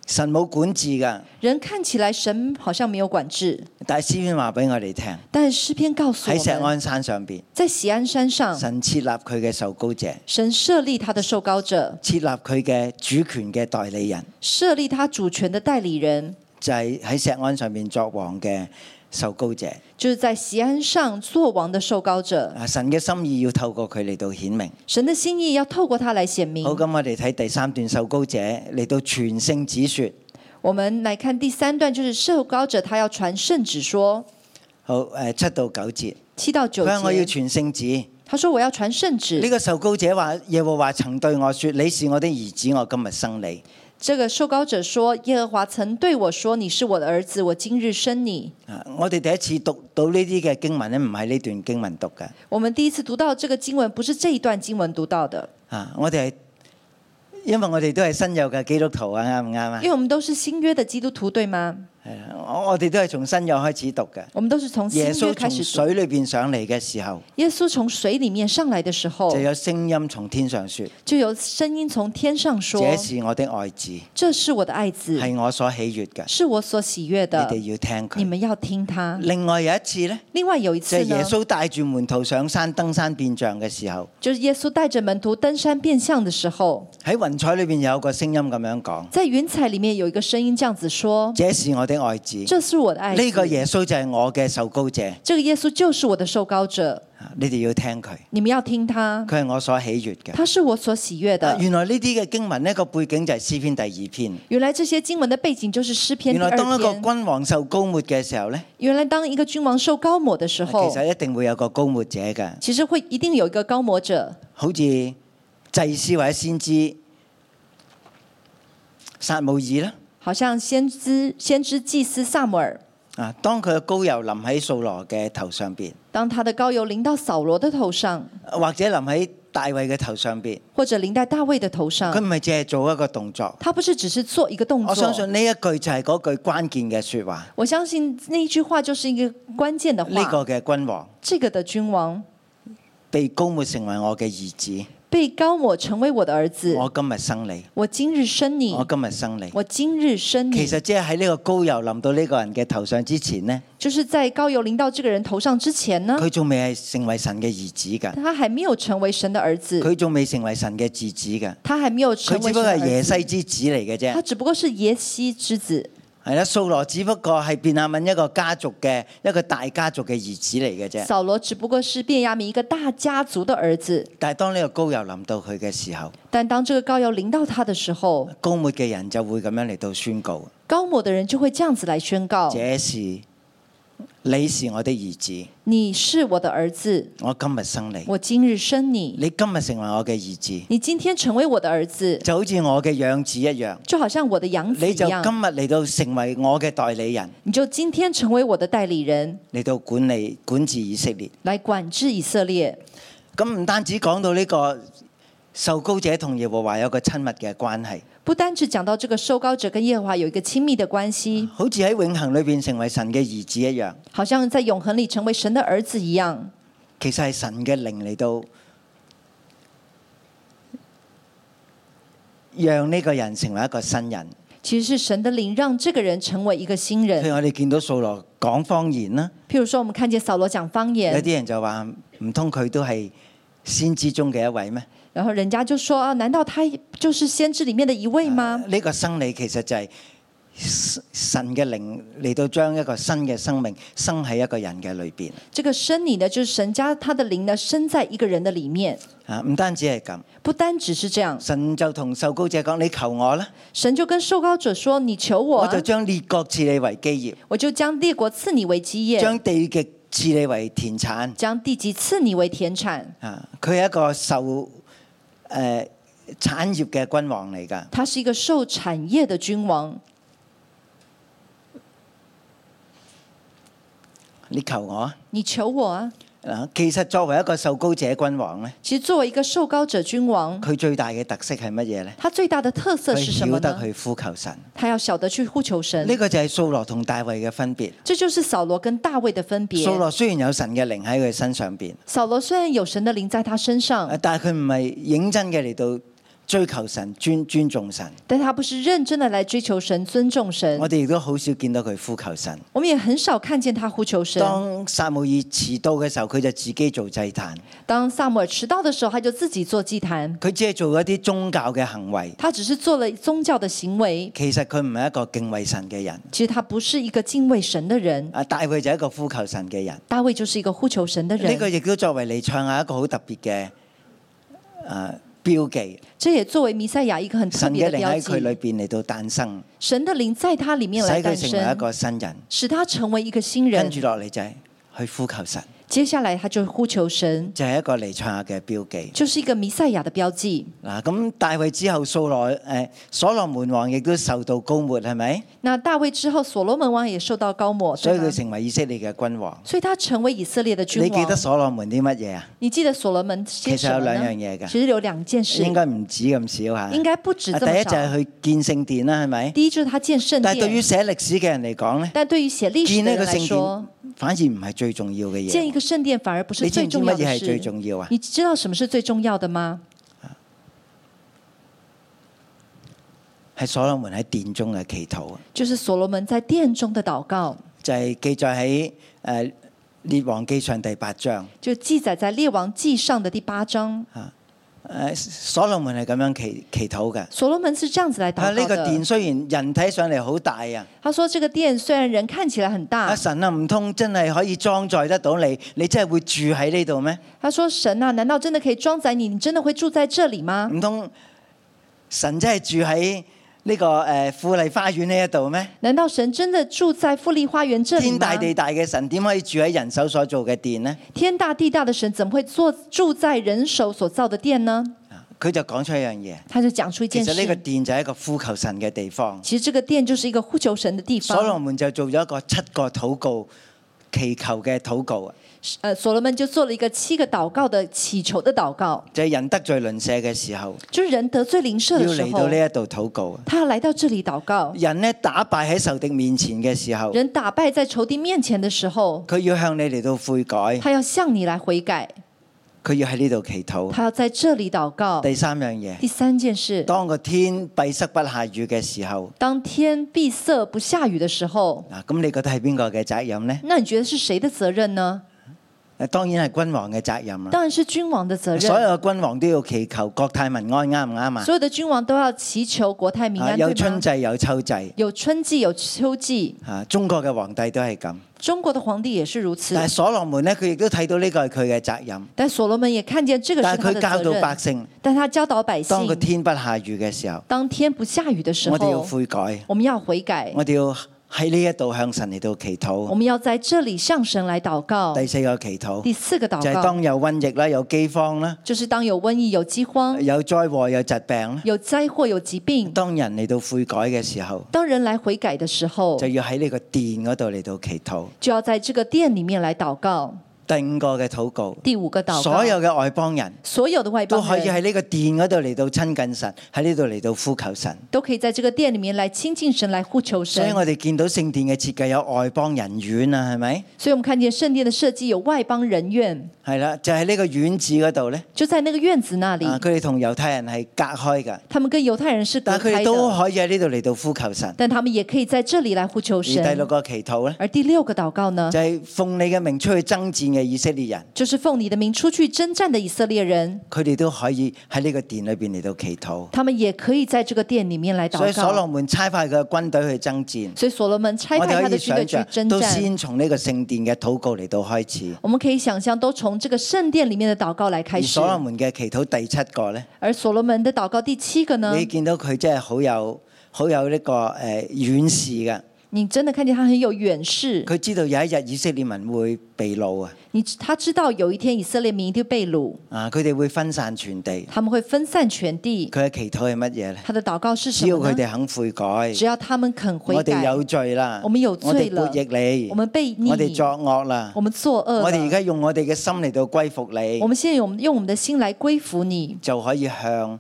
神冇管治㗎，”人看起來神好像沒有管制，但係詩篇話俾我哋聽，但詩篇告訴喺錫我們，安山上邊。在錫安山上，神設立佢嘅受膏者，神設立他的受膏者，設立佢嘅主權嘅代理人，設立他主權的代理人，就係喺石安上面作王嘅受膏者。就是在錫安上做王的受膏者。啊，神嘅心意要透過佢嚟到顯明。神的心意要透過他來顯明好，。咁我哋睇第三段受膏者嚟到全聖子説。我們來看第三段，就是受膏者他要傳聖旨說，好，誒七到九節，七到九佢話我要節。嗯傳聖子。呢、他說：“我要傳聖旨。個受膏者話：耶和華曾對我説：你是我的兒子，我今日生你。这个受膏者说：“耶和华曾对我说，你是我的儿子，我今日生你。啊，我哋第一次讀到呢啲嘅經文咧，唔係呢段經文讀嘅。”我们第一次读到这个经文，不是这一段经文读到的，啊，我哋係因為我哋都係新約嘅基督徒啊，啱唔啱啊因？为我们都是新约的基督徒，对吗？係啊，我我哋都係從新約開始讀嘅。我们都是从新耶约穌开從始读。水裏邊上嚟嘅時候，耶穌从水里面上来的时候就，有聲音從天上說：就有声音从天上说這嗯是我的愛子，：“这是我的爱子，係我所喜悦嘅，是我所喜悦你的，哋要聽你佢。们要听他。另外有一次呢，”另外有一就次係呢耶，穌帶住門徒上山登山變像嘅時候，就是耶稣带着门徒登山变相的时候，喺雲彩裏邊有個聲音咁樣講：在云彩里面有一个声音这样子说這是我的愛子，：“这是我的爱子。”呢個耶穌就係我嘅受高者，这个耶稣就是我的受膏者，啊你哋要聽佢，你们要听他，佢係我所喜悦嘅。他是我所喜悦啊的。原來呢啲嘅經文呢個背景就係詩篇第二篇。原来这些经文的背景就是诗篇原來第二當一個篇。君王受高抹嘅時候呢，原来当一个君王受高抹的时啊其候，實一定會有個高抹者嘅，其实会一定有一个高抹者，好似祭司或者先知撒姆耳啦。好像先知先知祭司萨姆尔，啊，當佢嘅高油淋喺掃羅嘅頭上邊，当他的膏油淋到扫罗的头上，或者淋喺大衛嘅頭上邊，或者淋在大卫的头佢上，唔係淨係做一個動作。他不是只是做一个动我相嗯作。信呢一句就係嗰句關鍵嘅説話。我相信那一句话就是一个关键的呢话。個嘅君王这个的君王被高抹成為我嘅兒子，被高抹成为我的儿子，我今日生你，我今日生你我，今日生你。我今日生其你。實即係喺呢個高油淋到呢個人嘅頭上之前呢，就是在高油淋到这个人头上之前呢，佢仲未係成為神嘅兒子㗎，他还没有成为神的儿子，佢仲未成為神嘅兒子㗎，他还没有佢成只为不過神係的儿耶子，西之子嚟嘅啫他。只不过是耶西之子。係啦，掃羅只不過係便雅憫一個家族嘅一個大家族嘅兒子嚟嘅啫。扫罗只不过是便雅明一个大家族的儿子，但係當呢個高油淋到佢嘅時候，但当这个膏油临到他的时候，高末嘅人就會咁樣嚟到宣告：，高抹的人就会这样子来宣告：這是你是我的兒子，你是我的儿子，我今日生你，我今日生你，你今日成為我嘅兒子，你今天成为我的儿子，就好似我嘅養子一樣。就好像我的养子你一就今日样，嚟到成為我嘅代理人，你就今天成为我的代理人，嚟到管理管治以色列。来管制以色列。咁唔單止講到呢個受高者同耶和華有個親密嘅關係，不单只讲到这个受膏者跟耶和华有一个亲密的关系，好似喺永恒裏邊成為神嘅兒子一樣，好像在永恒里成为神的儿子一样，其實係神嘅靈嚟到，讓呢個人成為一個新人。其实是神的灵让这个人成为一个新人譬。如我哋見到掃羅講方言啦，譬如说，我们看见扫罗讲方有言，啲人就話唔通佢都係先知中嘅一位咩？然后人家就说啊，难道他就是先知里面的一位吗？呢個生理其實就係神嘅靈嚟到將一個新嘅生命生喺一個人嘅裏邊这个生理呢，就是神家他的灵呢，生在一个人的里面。啊！唔單止係咁。不单只是这样，神就同受高者講：你求我啦，神就跟受膏者说：“你求我我啊、就將列國賜你為基我就将列国赐你为基業，业，將地極賜你為田產。将地级赐你为田产。啊，佢係一個受誒、呃、產業嘅君王嚟㗎。”他是一个受产业的君王。你求我啊！你求我啊！啊其實作為一個受高者君王咧，其实作为一个受膏者君王，佢最大嘅特色係乜嘢咧？他最大的特色佢嗯是什么曉得呢？嗯去呼求神。他要晓得去呼求神。呢個就係掃羅同大衛嘅分別。这就是扫罗跟大卫的分别。掃羅雖然有神嘅靈喺佢身上邊，扫罗虽然有神的灵在他身上啊，但係佢唔係認真嘅嚟到追求神、尊尊重神。但他不是认真的来追求神、尊重神我。哋亦都好少見到佢呼求神。我们也很少看见他呼求神。當撒母耳遲到嘅時候，佢就自己做祭壇，当萨姆尔迟到的时候，他就自己做祭坛，佢只係做一啲宗教嘅行為。他只是做了宗教的行为。其實佢唔係一個敬畏神嘅人。其实他不是一个敬畏神的人，啊，大衛就係一個呼求神嘅人。大卫就是一个呼求神的呢、個人。亦都作為尼賽亞一個好特別嘅誒標記。这也作为弥赛亚一个很特神别嘅的靈标喺佢裏记。邊嚟到誕生，神的灵在他里使面佢来诞成為一生，個新人。使他成为一个新跟人住。落嚟就係去呼求神。接下来他就呼求神，就係一個尼賽亞嘅標記。就是一個彌賽亞的標記。嗱，咁大衛之後，掃羅誒所羅門王亦都受到高抹，係咪？那大衛之後，所羅門王也受到高抹，所以對佢嗎成為以色列嘅君王。所以他成為以色列的君你記得王。所羅門啲乜嘢啊？你記得所羅門其些實什有麼兩呢樣嘢㗎其實有兩件事，應該唔止咁少嚇。應該不止啊這第麼一就少。係去建聖殿啦，係咪？第一就是他建聖但係對於殿，寫歷史嘅人嚟講咧，但對於寫歷史建的呢人個來聖說，殿反而唔係最重要嘅建一嘢。個聖殿反而不你知是最唔知重乜要嘢的係最事。重要啊？你知道什麼是最重要的嗎？係所羅門喺殿中嘅祈禱，啊就是所羅門在殿中的禱告，就係、記載喺誒、呃列王記上第八章。就記載在《列王記上》的第八章。誒呃所羅門係咁樣祈祈禱嘅。所羅門是這樣子來啊！禱呢告個殿的。雖然人睇上嚟好大啊，他說：“這個殿雖然人看起來很阿大，神啊，唔通真係可以裝載得到你？你真係會住喺呢度咩？他說神啊，難道真的可以裝载你？你真的會住在這裡嗎？唔通神真係住喺呢個誒富麗花園呢一度咩？難道神真的住在富麗花園這裡嗎？天大地大嘅神點可以住喺人手所做嘅殿呢？天大地大的神，怎麼會坐住在人手所造的殿呢？啊佢就講出一樣嘢，他就講出一其件事實，呢個殿就係一個呼求神嘅地方。其實這個殿就是一個呼求神的地所羅方。門就做咗一個七個禱告祈求嘅禱告，啊呃，所羅門就做了一個七個禱告的祈求的禱告，就係、人得罪鄰舍嘅時候，就是人得罪鄰舍要的時嚟候到，呢一度禱告。啊他來到這裡禱告；人呢打敗喺仇敵面前嘅時候。人打敗在仇敵面前的時候，佢要向你嚟到悔改，他要向你來悔改，佢要喺呢度祈禱。他要在這裡禱告。第三樣嘢，第三件事，當個天閉塞不下雨嘅時候，當天閉塞不下雨的時候，嗱，咁你覺得係邊個嘅責任呢？那你覺得是誰的責任呢？誒當然係君王嘅責任啦。當然是君王的責任。所有嘅君王都要祈求國泰民安，啱唔啱啊所有的君王都要祈求國泰民啊？安，有對春嗎？祭有秋祭，有春季，有秋季，啊，中國嘅皇帝都係咁。中國的皇帝也是如此。但係所羅門呢，佢亦都睇到呢個係佢嘅責任。但所羅門也看見這個但是係他佢的教責導任，百姓，但他教導百當姓個，天不下雨嘅時候，當天不下雨的時我哋要候，悔改，我們要悔改，我哋要喺呢一度向神嚟到祈我禱。們要在這裡向神來禱告。第四個祈禱。第四個禱就係告當有瘟疫啦、有饑荒啦、就是當有瘟疫、有饑荒、有災禍、有疾病啦，有災禍、有疾病，當人嚟到悔改嘅時候，當人來悔改的時候就，要喺呢個殿嗰度嚟到祈禱。就要在這個殿裡面來禱告。第五個嘅禱告，第五個禱所告，有嘅外邦人所有的外都邦可以人喺呢個殿嗰度嚟到親近神，喺呢度嚟到呼求神。都可以在這個殿裡面來親近神、來呼求所以神。我哋見到聖殿嘅設計有外邦人院啊，係咪？所以我們看見聖殿的設計有外邦人院，係啦，就喺呢個院子嗰度咧，就在那個院子那啊裡，佢哋同猶太人係隔開㗎，他們跟猶太人是隔但係佢開哋都的，可以喺呢度嚟到呼求神。但他們也可以在這裡來呼求而第六神。個祈禱咧，而第六個禱告呢，就係奉你嘅名出去爭戰嘅以色列人。就是奉你的名出去征戰的以色列人，佢哋都可以喺呢個殿裏邊嚟到祈禱。他們也可以在這個殿裡面來所以禱所羅告。門差派佢嘅軍隊去爭戰，所以所羅門差我派哋他可的以軍想隊去象征都戰。先從呢個聖殿嘅禱告嚟到開始。我們可以想象，都從這個聖殿裡面的禱告來而開始所。羅門嘅祈禱第七個呢，而所羅門的禱告第七個呢你，見到佢真係好有好有呢、個誒、呃、遠視嘅，你真的看見他很有遠視，佢知道有一日以色列民會被擄啊，你他知道有一天以色列民一定被擄，啊佢哋會分散全地。他们會分散全地。佢嘅祈禱係乜嘢呢？他的禱告是什只要佢麼呢？哋肯悔改，只要他們肯悔我哋改，有罪啦，我們有我哋罪了悖逆你，我們被逆，我哋作惡啦，我們作惡了。我哋而家用我哋嘅心嚟到歸服你我。們現在用用我們的心來歸服你，就可以向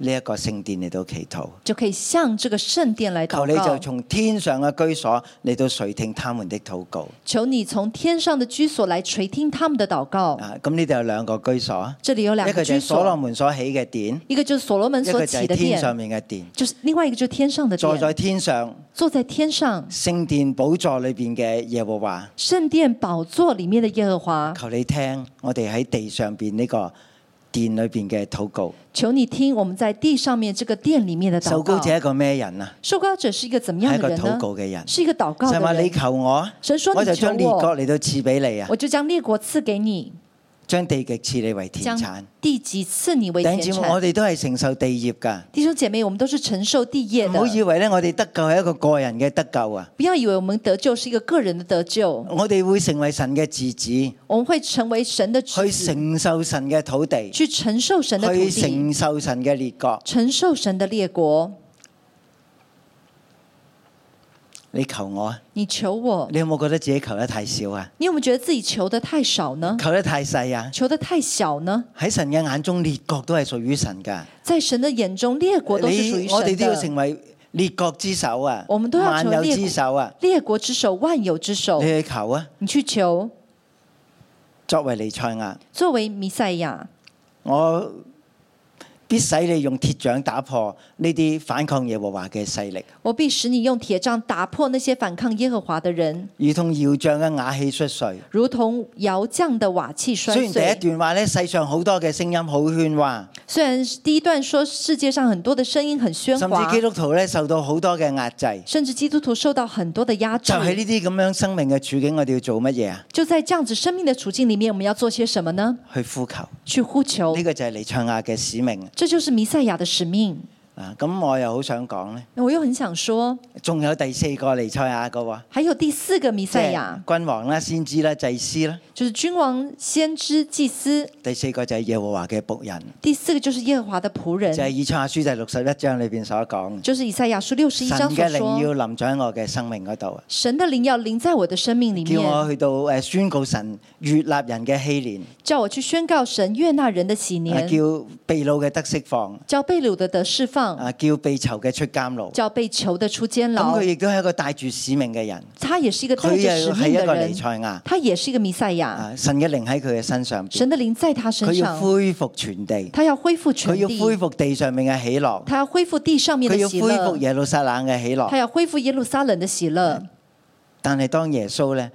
呢一個聖殿嚟到祈禱。就可以向這個聖殿來求禱你就告。從天上嘅居所嚟到垂聽他們的禱告。求你從天上的居所來垂聽他們的禱告。啊，咁呢度有兩個居所，啊這裡有兩一個個就居係所羅所，門所起嘅殿，一個就是所羅門一所個就起係的天殿上，面嘅殿。就是另外一個就是天上的坐在殿，天上坐在天上聖殿寶座裏邊嘅耶和華，聖殿寶座裡面的耶和華。求你聽我哋喺地上邊呢個殿裏邊嘅禱告。求你聽我們在地上面這個殿裡面的禱受膏告。者係一個咩人啊？受膏者是一個怎麼係樣一的個人禱呢？告嘅人。是一個禱告神話的你人。求我，神說我你就求將列國我，嚟到賜俾你啊！我就將列國賜給你。將地極賜你為田產将。地基赐你为頂田姊妹，我产。哋都係承受地業㗎，弟兄姐妹，我们都是承受地业唔的好，以為咧我哋得救係一個個人嘅得救啊！不要以为我们得救是一个个人的得救，我哋會成為神嘅子子，去我们会成为神的子子，承受神嘅土地，去承受神的土去地，承受神嘅列國。承受神的列国。你求我啊！你求我，你有冇覺得自己求得太少啊？你有没有觉得自己求的太少呢？求得太細啊！求的太小呢？喺神嘅眼中，列國都係屬於神㗎。在神的眼中，列国都是属于你我神哋都要的。成為列國之首啊！我們都要萬成為有列哦之國首啊！列国之首，万有之首你，去求啊！你去求。作為尼賽亞，作为弥赛亚，我必使你用鐵掌打破呢啲反抗耶和華嘅勢力，我必使你用铁杖打破那些反抗耶和华的人，如同搖杖嘅瓦器摔碎。如同窑匠的瓦器摔雖碎。然第一段話咧，世上好多嘅聲音好喧哗，虽然第一段说世界上很多的声音很喧甚哗至基，督徒咧受到好多嘅壓制。甚至基督徒受到很多的压制就。喺呢啲咁樣生命嘅處境，我哋要做乜嘢啊？就在这样子生命的处境里面，我们要做些什么呢？去呼求，去呼求呢、，個就係尼賽亞嘅使命这就是弥赛亚的使命。啊！咁我又好想講咧，我又很想说，仲有第四個尼賽亞嘅喎。还有第四个弥即赛係亚，君王啦、先知啦、祭司啦。就是君王、先知、祭司。第四個就係耶和華嘅仆人，第四个就是耶和華的仆人就，係以賽亞書第六十一章裏邊所講，就是以赛亚书六十一神章所嘅靈说，要臨在我嘅生命嗰度啊，神的灵要临在我的生命里叫我面，去到誒宣告神越納人嘅禧年，叫我去宣告神悦纳人的喜啊年，叫被擄嘅得釋放，叫被掳的得释放，啊叫被囚嘅出監牢。叫被囚的出监牢咁佢。亦都係一個帶住使命嘅人，他也是一个佢带着又使係命一的個尼人，賽亞，他也是一个弥赛啊亚。神嘅靈喺佢嘅身上邊，嗯神的灵在他佢身要上，恢復全地，他要恢复佢全要恢地，復地上面嘅喜樂，他要恢复地上面佢的要喜恢復乐，耶路撒冷嘅喜樂他。要恢复耶路撒冷的喜乐。嗯但係當耶穌咧，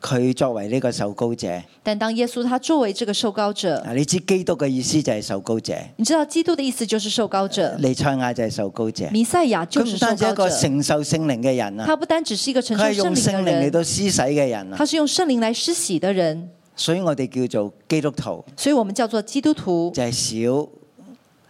佢作為呢個受高者，但当耶稣他作为这个受膏者，啊，你知基督嘅意思就係受高者，你知道基督的意思就是受膏者，尼賽亞就係受高者。弥赛亚佢就是唔受單止一膏個者。承受聖靈嘅人啊，他不單只是一個承佢係受用聖圣靈嚟灵的人，到施洗嘅人啊，他是用圣灵来施洗的人，所以我哋叫做基督徒，所以我们叫做基督徒，就係小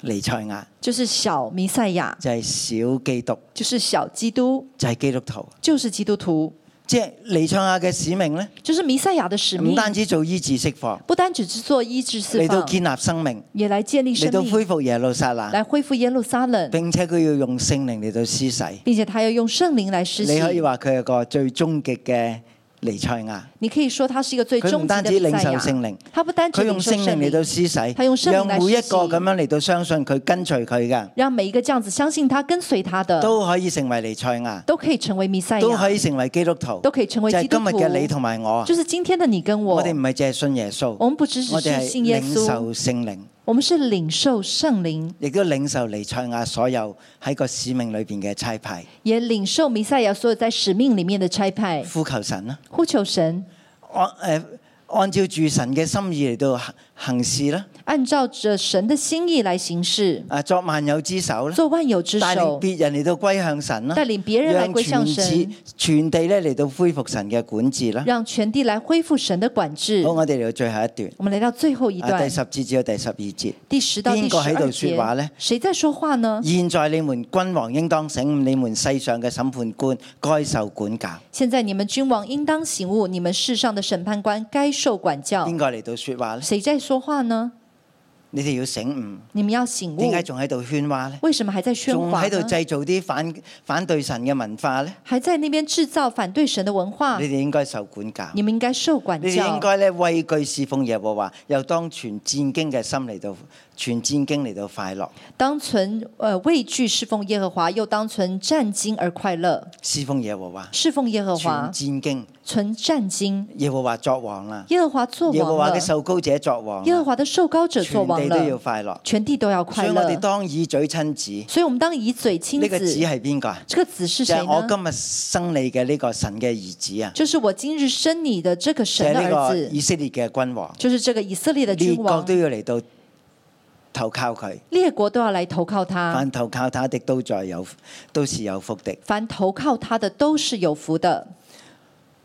尼賽亞，就是小弥赛亚，就係小基督，就是小基督，就係基督徒。就是基督徒，即係尼賽亞嘅使命咧，就是弥赛亚的使唔命。單止做醫治釋放，不单只是做医治释嚟到放，建立生命，也来建立嚟生到命，恢復耶路撒冷，来恢复耶路撒冷，並且佢要用聖靈嚟到施洗。并且他要用圣灵来施洗你。可以話佢係個最終極嘅尼賽亞，你可以说他是一个最佢终唔极單的止弥領赛受亚，聖靈，他不单只佢用领受聖靈圣嚟到灵，施洗，佢用聖靈讓嚟每一施洗啊個咁樣嚟到相信佢、跟隨佢嘅，让每一个这样子相信他、跟随他的，都可以成為尼賽亞，都可以成为弥赛都可亚，以成為基督徒，啊都可以成为就基係督今日徒。嘅你同埋我。就是今天的你跟我，我哋唔係淨係信耶穌，我们不只只我哋是係信耶領稣，受聖靈，我们是领受圣灵，亦都領受尼賽亞所有喺個使命裏邊嘅差派。也领受弥赛亚所有在使命里面的差派，呼求神啦，呼求神按誒呃按照住神嘅心意嚟到行行事啦，按照着神的心意来行事，啊作萬有之首啦。做万有之帶領首，別人嚟到歸向神啦，帶領別人來歸向神讓全地全地咧嚟到恢復神嘅管治啦。让全地来恢复神的管制好，。我哋嚟到最後一段，我们来到最后一哦啊段第，十節至到第十二節。第十到邊第十個喺度二說話呢节，谁在说話呢？現在你們君王應當醒悟，你們世上嘅審判官該受管教。现在你们君王应当醒悟，你们世上的审判官该受管教邊。個嚟到説話呢？谁在说話呢？你哋要醒悟，你们要醒點悟。解仲喺度喧譁呢？为什么还在喧仲哗喺度呢？製造啲反反對神嘅文化呢？还在那边制造反对神的文化你，哋應該受管教。你们应该受管你哋應教。該咧畏懼侍奉耶和華，又當全戰經嘅心嚟到全戰經嚟到快樂。当存呃畏惧侍奉耶和华，又当存战兢而快乐。侍奉耶和華，侍奉耶和华全，戰經，存战兢。耶和華作王啦，耶和华作耶和華王了嘅，受高者作王啦，耶和华的受膏者作王全地都要了，快樂。全地都要所快以我哋乐。當以嘴親子，所以，我们当以嘴亲呢個子子，係邊個啊？这个子是就谁係我呢？今日生你嘅呢個神嘅兒子啊，就是我今日生你的这就个神係的呢儿個子，以色列嘅君王，就是这个以色列的列君國王都，要嚟到投靠佢，列国都要来投靠他。凡投靠他的都在有，都是有福的。凡投靠他的都是有福的。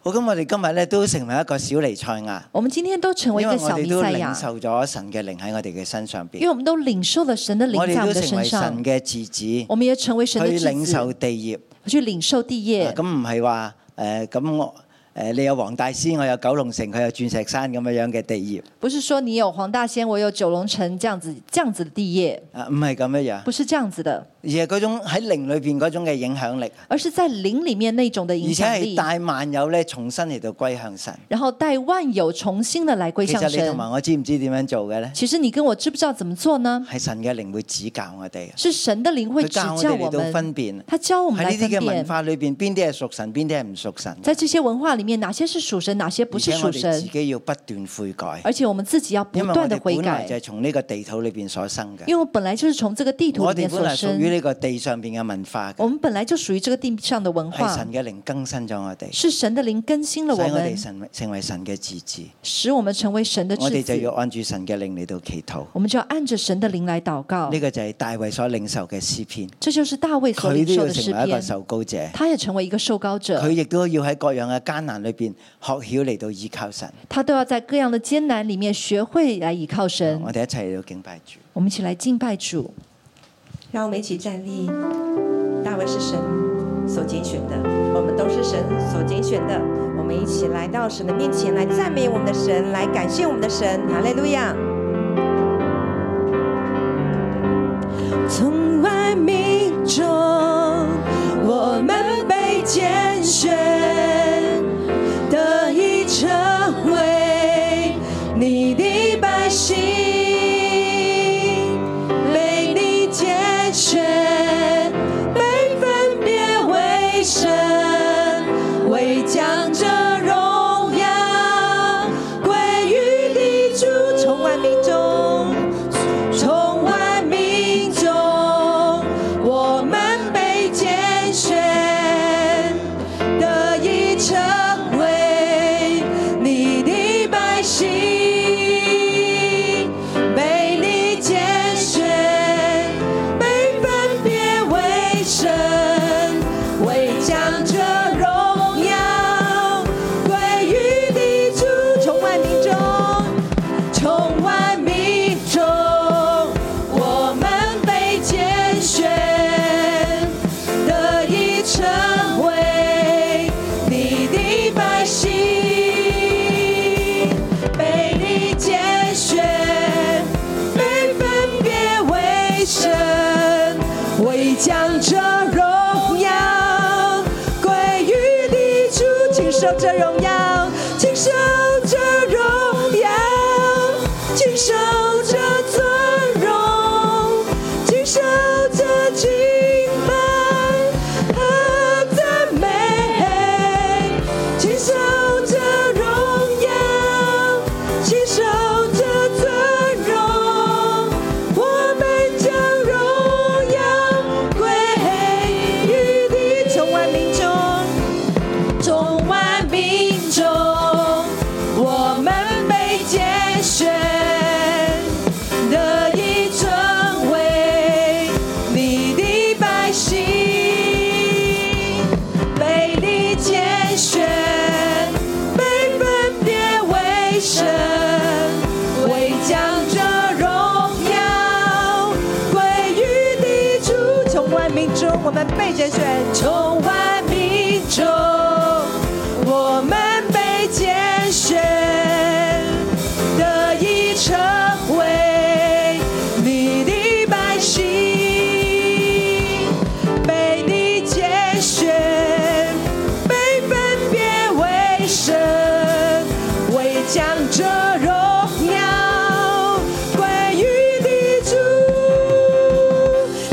好，咁我哋今日咧都成為一個小尼賽亞，我们今天都成因为為一个我小弥哋都赛領亚，受咗神嘅靈喺我哋嘅身上因为邊，我们都领受了神的灵我哋在都我们的成身為神上，嘅兒子，我们也成为神的去子領受子，地業。去领受地啊业。咁唔係話誒咁我誒你有黃大仙，我有九龍城，佢有鑽石山咁樣樣嘅地業不是说你有黄大仙，我有九龙城这样子这样子的地业，啊，唔係咁樣樣，不是这样子的，而係嗰種喺靈裏邊嗰種嘅影響力，而是在灵里面那种的而影且响係力，帶萬有咧重新嚟到歸向神。然后带万有重新的来归其向實你同神。埋我知唔知點樣做嘅咧？其实你跟我知不知道怎么做呢？係神嘅靈會指教我哋，是神的灵会佢指教我教哋我嚟到们，分辨。他教我喺们呢来啲分嘅文辨，化裏邊，邊啲係屬神，邊啲係唔屬神。在这些文化里面，哪些是属神，哪些不而是且我属哋自神，己要不斷悔改，而且我们自己要因為不我断哋的悔本來就改係，從呢個地土裏邊所生嘅。因为我本来就是从这个地图我里哋面本所來屬於生，呢個地上邊嘅文化嘅我。们本来就属于这个地上的文係化神，嘅靈更新咗我哋，使是神的灵更新了我我哋们，神成為神嘅自治。使我们成为神的我哋智就子要。按住神嘅靈嚟到祈禱。我们就要按着神的灵来祷告呢、。個就係大衛所領受嘅詩篇，这就是大卫所佢领都受要的诗成為一個篇，受高者，他也成为一个受膏佢者，亦都要喺各樣嘅艱難裏邊學曉嚟到依靠神。他都要在各样的艰难里面学会来倚靠神。我哋一齊嚟到敬拜主。我们一起来敬拜主。让我们一起站立。大卫是神所拣选的，我们都是神所拣选的。我们一起来到神的面前，来赞美我们的神，来感谢我们的神。哈利路亚！从万民中，我们被拣选，得以成为你的百姓。被你拣选，被分别为圣，为将这荣耀归于地主。从万民中，从万民中，我们被拣选，得以成为你的百姓。被你拣选，被分别为圣，为将这荣耀归于地主。从万民中，从万民中，我们被拣选，得以成为你的百姓。被你拣选，被分别为圣，为将这荣耀归于地主，请受这荣耀，请受这荣耀，请受这尊荣，请受这敬拜和赞美。亲手这荣耀，亲手这尊荣，我们将荣耀归于你。从万民中，从万民中，我们被拣选，得以成为你的百姓。被你拣选，被分别为圣，为将这荣耀归于地主。从万民中，我们被拣选；从万民中，我们被拣选，得以成为你的百姓。被你拣选，被分别为圣，为将这荣耀归于地主，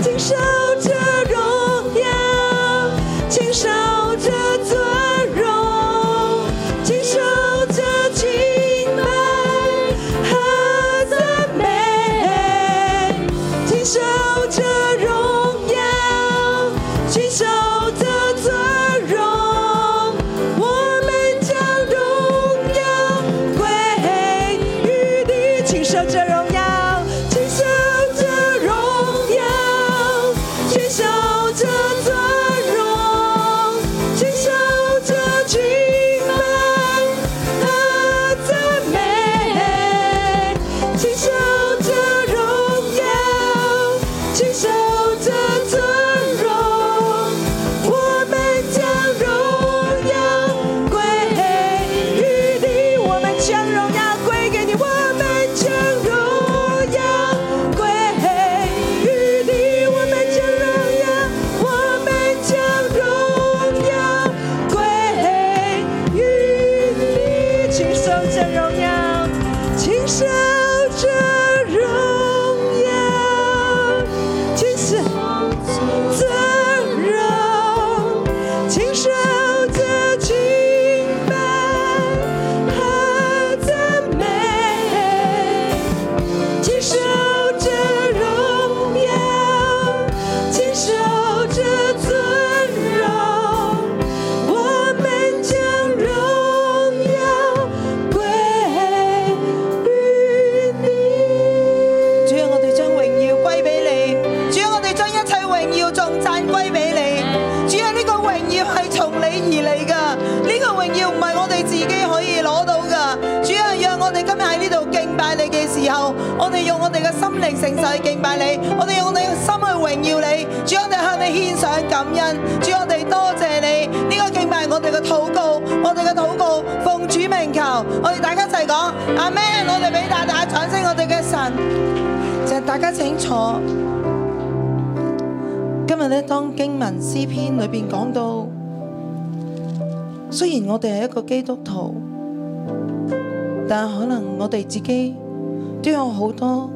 请受这荣耀，请受受着荣耀，天使尊荣，亲手着敬拜和赞美。亲手着荣耀，亲手着尊荣，我们将荣耀归于你。主啊，我哋將榮耀歸俾你。主啊，我哋將一切榮耀重讚歸俾你。主啊，呢、個榮耀係從你而嚟噶，呢、個榮耀唔係我哋自己可以攞到噶。主啊，讓我哋今日喺呢度敬拜你嘅時候，我哋用我哋嘅心靈誠實去敬拜你，我哋用我哋嘅心去榮耀你。主啊，我哋向你獻上感恩。主啊，我哋多謝你。呢、個敬拜係我哋嘅禱告，我哋嘅禱告奉主名求。我哋大家一齊講阿 m 我哋俾大大掌聲我哋嘅神。就係大家請坐。今日咧，當經文詩篇裏邊講到，雖然我哋係一個基督徒，但可能我哋自己都有好多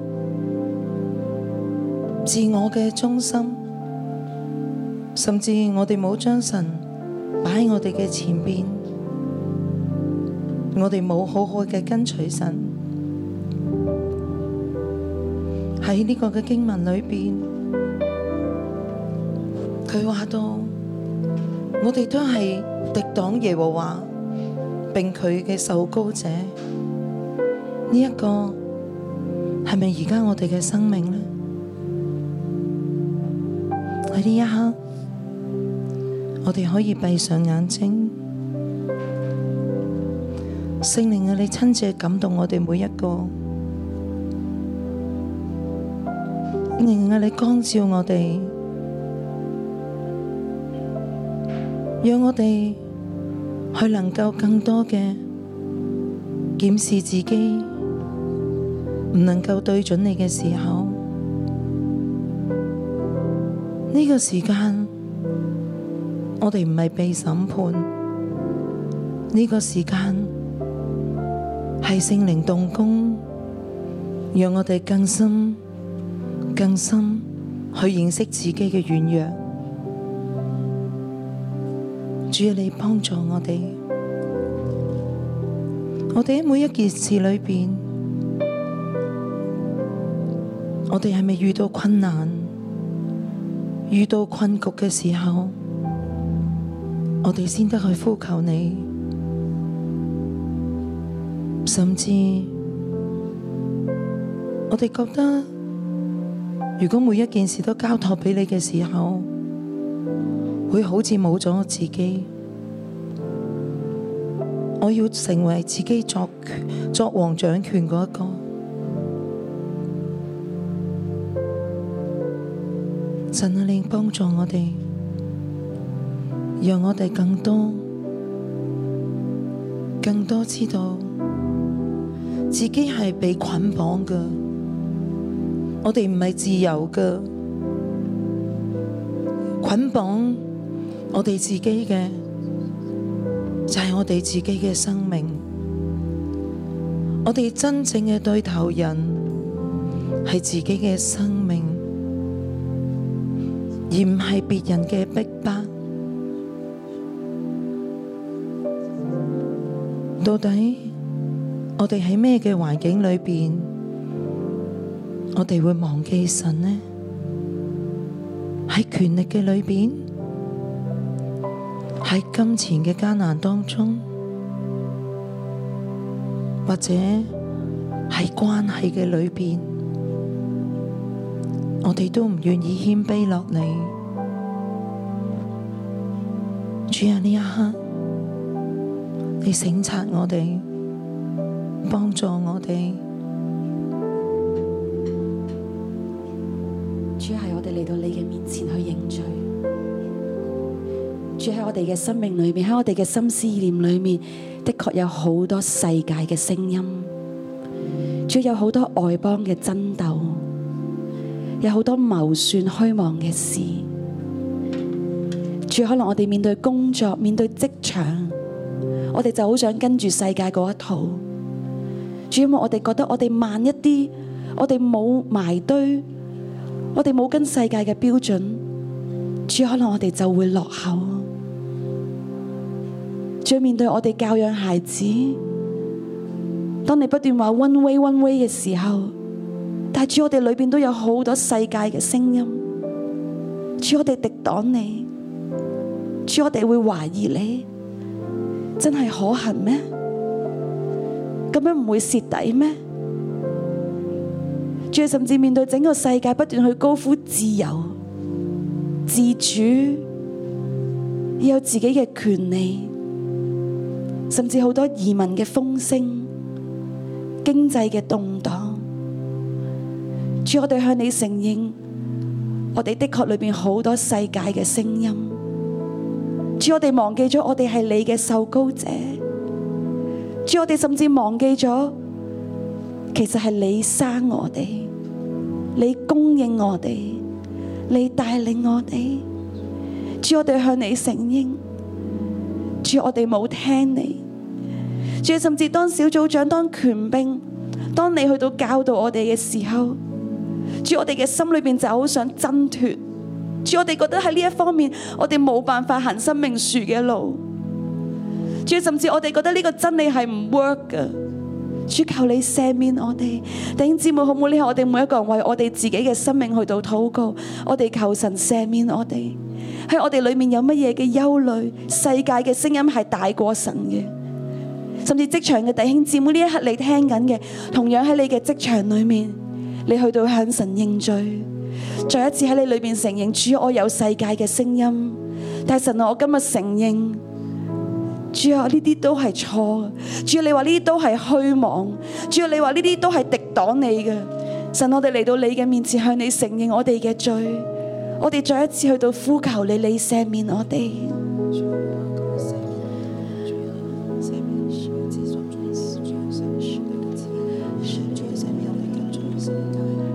自我嘅中心，甚至我哋冇將神擺喺我哋嘅前邊，我哋冇好好嘅跟隨神。喺呢個嘅經文裏邊，佢話到：我哋都係敵擋耶和華並佢嘅受高者。呢、一個係咪而家我哋嘅生命呢？喺呢一刻，我哋可以閉上眼睛。聖靈啊，你親自感動我哋每一個。令啊，你光照我哋，讓我哋去能夠更多嘅檢視自己，唔能夠對準你嘅時候，呢、個時間我哋唔係被審判，呢、個時間係聖靈動工，讓我哋更深。更深去認識自己嘅軟弱。主啊，你幫助我哋，我哋喺每一件事裏邊，我哋係咪遇到困難、遇到困局嘅時候，我哋先得去呼求你，甚至我哋覺得。如果每一件事都交託俾你嘅時候，會好似冇咗我自己。我要成為自己作權作王掌權嗰一個。神啊，你幫助我哋，讓我哋更多、更多知道自己係被捆綁嘅。我哋唔係自由嘅，捆綁我哋自己嘅就係我哋自己嘅生命。我哋真正嘅對頭人係自己嘅生命，而唔係別人嘅逼迫。到底我哋喺咩嘅環境裏邊？我哋會忘記神呢？喺權力嘅裏邊，喺金錢嘅艱難當中，或者喺關係嘅裏邊，我哋都唔願意謙卑落嚟。主啊，呢一刻，你省察我哋，幫助我哋。主係我哋嚟到你嘅面前去認罪。主喺我哋嘅生命裏面，喺我哋嘅心思意念裏面，的確有好多世界嘅聲音。主有好多外邦嘅爭鬥，有好多謀算虛妄嘅事。主可能我哋面對工作、面對職場，我哋就好想跟住世界嗰一套。主因為我哋覺得我哋慢一啲，我哋冇埋堆，我哋冇跟世界嘅標準，主可能我哋就會落後。主面對我哋教養孩子，當你不斷話 one way one way 嘅時候，但係主我哋裏邊都有好多世界嘅聲音，主我哋敵擋你，主我哋會懷疑你，真係可行咩？咁樣唔會蝕底咩？主甚至面對整個世界不斷去高呼自由、自主，要有自己嘅權利，甚至好多移民嘅風聲、經濟嘅動盪。主，我哋向你承認，我哋的確裏面好多世界嘅聲音。主，我哋忘記咗我哋係你嘅受高者。主，我哋甚至忘記咗，其實係你生我哋，你供應我哋，你帶領我哋。主，我哋向你承認，主，我哋冇聽你。主，甚至當小組長、當權兵，當你去到教導我哋嘅時候，主，我哋嘅心裏邊就好想掙脱。主，我哋覺得喺呢一方面，我哋冇辦法行生命樹嘅路。主，甚至我哋覺得呢個真理係唔 work 嘅。主，求你赦免我哋，弟兄姊妹，好唔好？呢刻我哋每一個人為我哋自己嘅生命去到禱告，我哋求神赦免我哋。喺我哋裏面有乜嘢嘅憂慮，世界嘅聲音係大過神嘅。甚至職場嘅弟兄姊妹，呢一刻你聽緊嘅，同樣喺你嘅職場裏面，你去到向神認罪，再一次喺你裏面承認主，我有世界嘅聲音，但係神啊，我今日承認。主啊，呢啲都係錯嘅。主啊，你話呢啲都係虛妄。主啊，你話呢啲都係敵擋你嘅。神，我哋嚟到你嘅面前，向你承認我哋嘅罪。我哋再一次去到呼求你，你赦免我哋。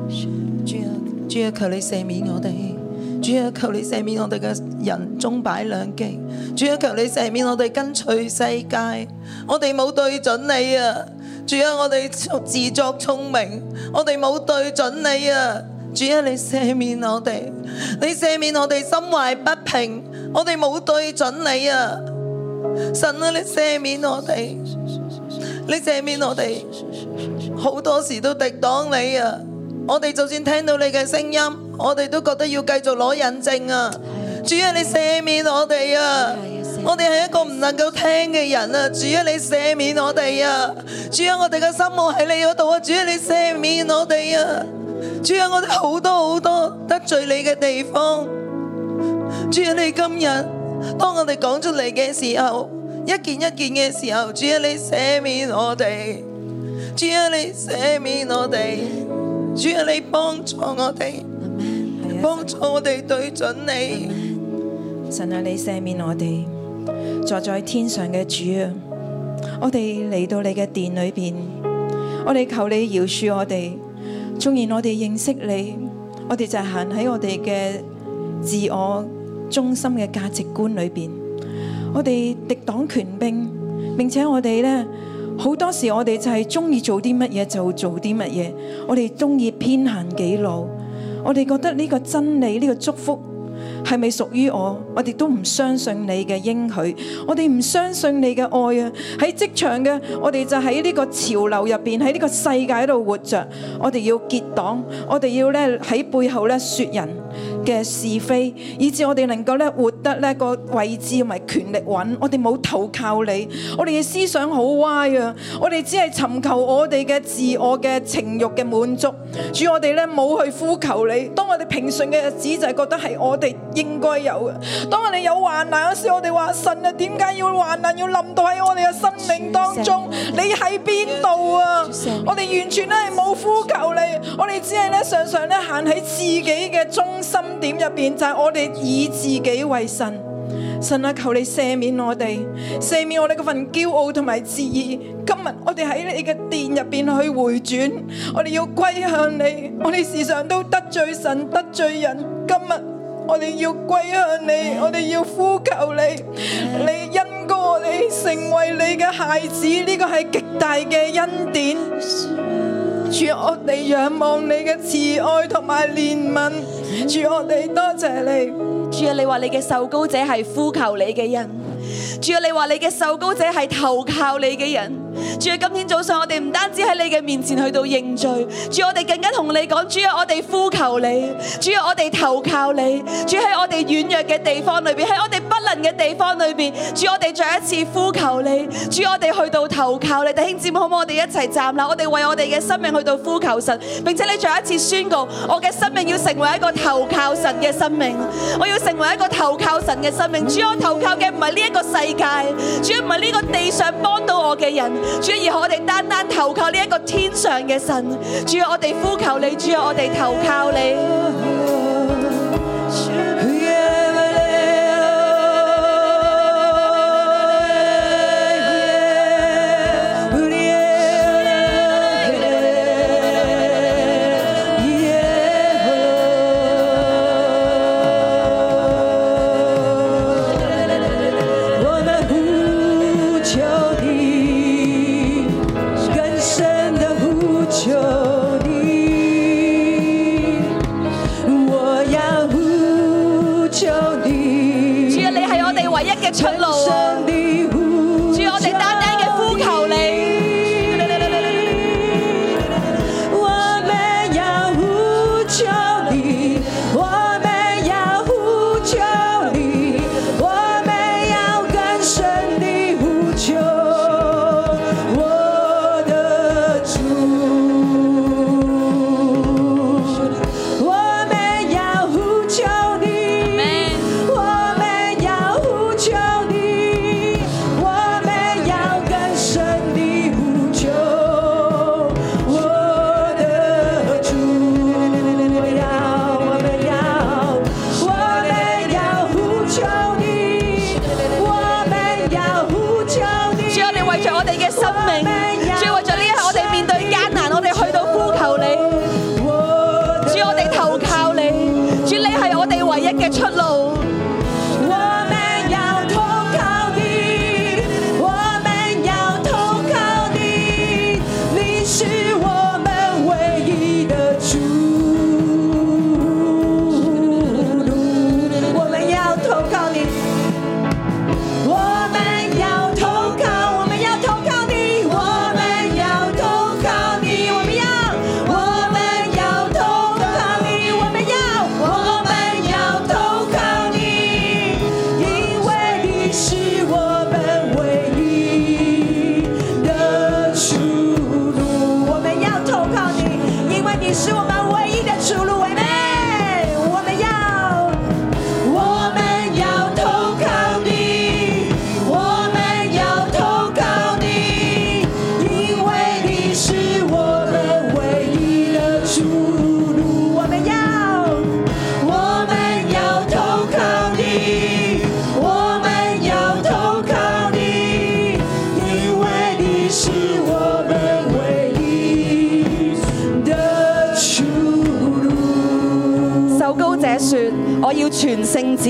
主啊，主啊，求你赦免我哋。主啊，求你赦免我哋嘅人中擺兩極。主啊，求你赦免我哋跟隨世界，我哋冇對準你啊！主啊，我哋自作聰明，我哋冇對準你啊！主啊，你赦免我哋，你赦免我哋心懷不平，我哋冇對準你啊！神啊，你赦免我哋，你赦免我哋。好多時都敵擋你啊！我哋就算聽到你嘅聲音，我哋都覺得要繼續攞引證啊！主啊，你赦免我哋啊！我哋係一個唔能夠聽嘅人啊！主啊，你赦免我哋啊！主啊，我哋嘅心冇喺你嗰度啊！主啊，你赦免我哋啊！主啊，我哋好多好多得罪你嘅地方。主啊，你今日當我哋講出嚟嘅時候，一件一件嘅時候，主啊，你赦免我哋。主啊，你赦免我哋，主啊，你幫助我哋，幫助我哋對準你。神啊，你赦免我哋，坐在天上嘅主啊，我哋嚟到你嘅殿裏边，我哋求你饶恕我哋。纵然我哋认識你，我哋就係行喺我哋嘅自我中心嘅價值觀裏边，我哋敵擋權柄，並且我哋呢，好多時我哋就係中意做啲乜嘢就做啲乜嘢，我哋中意偏行己路，我哋覺得呢個真理呢、個祝福。係咪屬於我？我哋都唔相信你嘅應許，我哋唔相信你嘅愛啊！喺職場嘅，我哋就喺呢個潮流入邊，喺呢個世界度活着。我哋要結黨，我哋要咧喺背後咧説人嘅是非，以至我哋能夠咧活得呢個位置同埋權力穩。我哋冇投靠你，我哋嘅思想好歪啊！我哋只係尋求我哋嘅自我嘅情慾嘅滿足。主，我哋咧冇去呼求你。當我哋平順嘅日子就係覺得係我哋應該有嘅。當我哋有患難嗰時，我哋話神啊，點解要患難要臨到喺我哋嘅生命當中？你喺邊度啊？我哋完全咧係冇呼求你，我哋只係咧常常咧行喺自己嘅中心點入邊，就係、我哋以自己為神。神啊，求你赦免我哋，赦免我哋嗰份驕傲同埋自義。今日我哋喺你嘅殿入邊去回轉，我哋要歸向你。我哋時常都得罪神、得罪人，今日我哋要歸向你，我哋要呼求你，你因。我我哋成为你嘅孩子，呢、個个系极大嘅恩典。主，我哋仰望你嘅慈爱同埋怜悯。主，我哋多谢你。主啊，你话你嘅受高者系呼求你嘅人。主啊，你话你嘅受高者系投靠你嘅人。主啊，今天早上我哋唔单止喺你嘅面前去到认罪，主啊我哋更加同你讲，主啊，我哋呼求你，主啊，我哋投靠你，主喺我哋软弱嘅地方里边，喺我哋不能嘅地方里边，主我哋再一次呼求你，主我哋去到投靠你，弟兄姊妹，好唔好？我哋一齐站立，我哋为我哋嘅生命去到呼求神，并且你再一次宣告，我嘅生命要成为一个投靠神嘅生命，我要成为一个投靠神嘅生命。主，我投靠嘅唔系呢一个世界，主唔系呢个地上帮到我嘅人，主而我哋单单投靠呢一个天上嘅神。主，我哋呼求你，主，我哋投靠你。我们呼求你，更深的呼求你，我要呼求你，主啊，你系我哋唯一嘅出路啊！深地呼主，啊我哋单单嘅呼求你。我们要呼求你，我们要呼求你，我们要更深地呼求我的主。我们要呼求你，我们要呼求你，我们要更深地呼求我的主。我要，我们要，我们要呼求你，我们要呼求你。主啊，你为着我哋嘅生命，主啊为着呢一刻我哋面对艰难，我哋去到呼求你，我的主啊我哋投靠你，主你系我哋唯一嘅出路。我们要投靠你，我们要投靠你，你是我们唯一的主。我们要投靠你，我们要投靠，我们要投靠你，我们要投靠你，我们要，我们要投靠你，我们要，我们要投靠你，因为你是我们唯一的出路。我们要投靠你，因为你是我们唯一的出路，我们，我们要。我们要投靠你，我们要投靠你，因为你是我们唯一的出路。我们要，我们要投靠你，我们要投靠你，因为你是我们唯一的出路。受高者说：我要全圣子。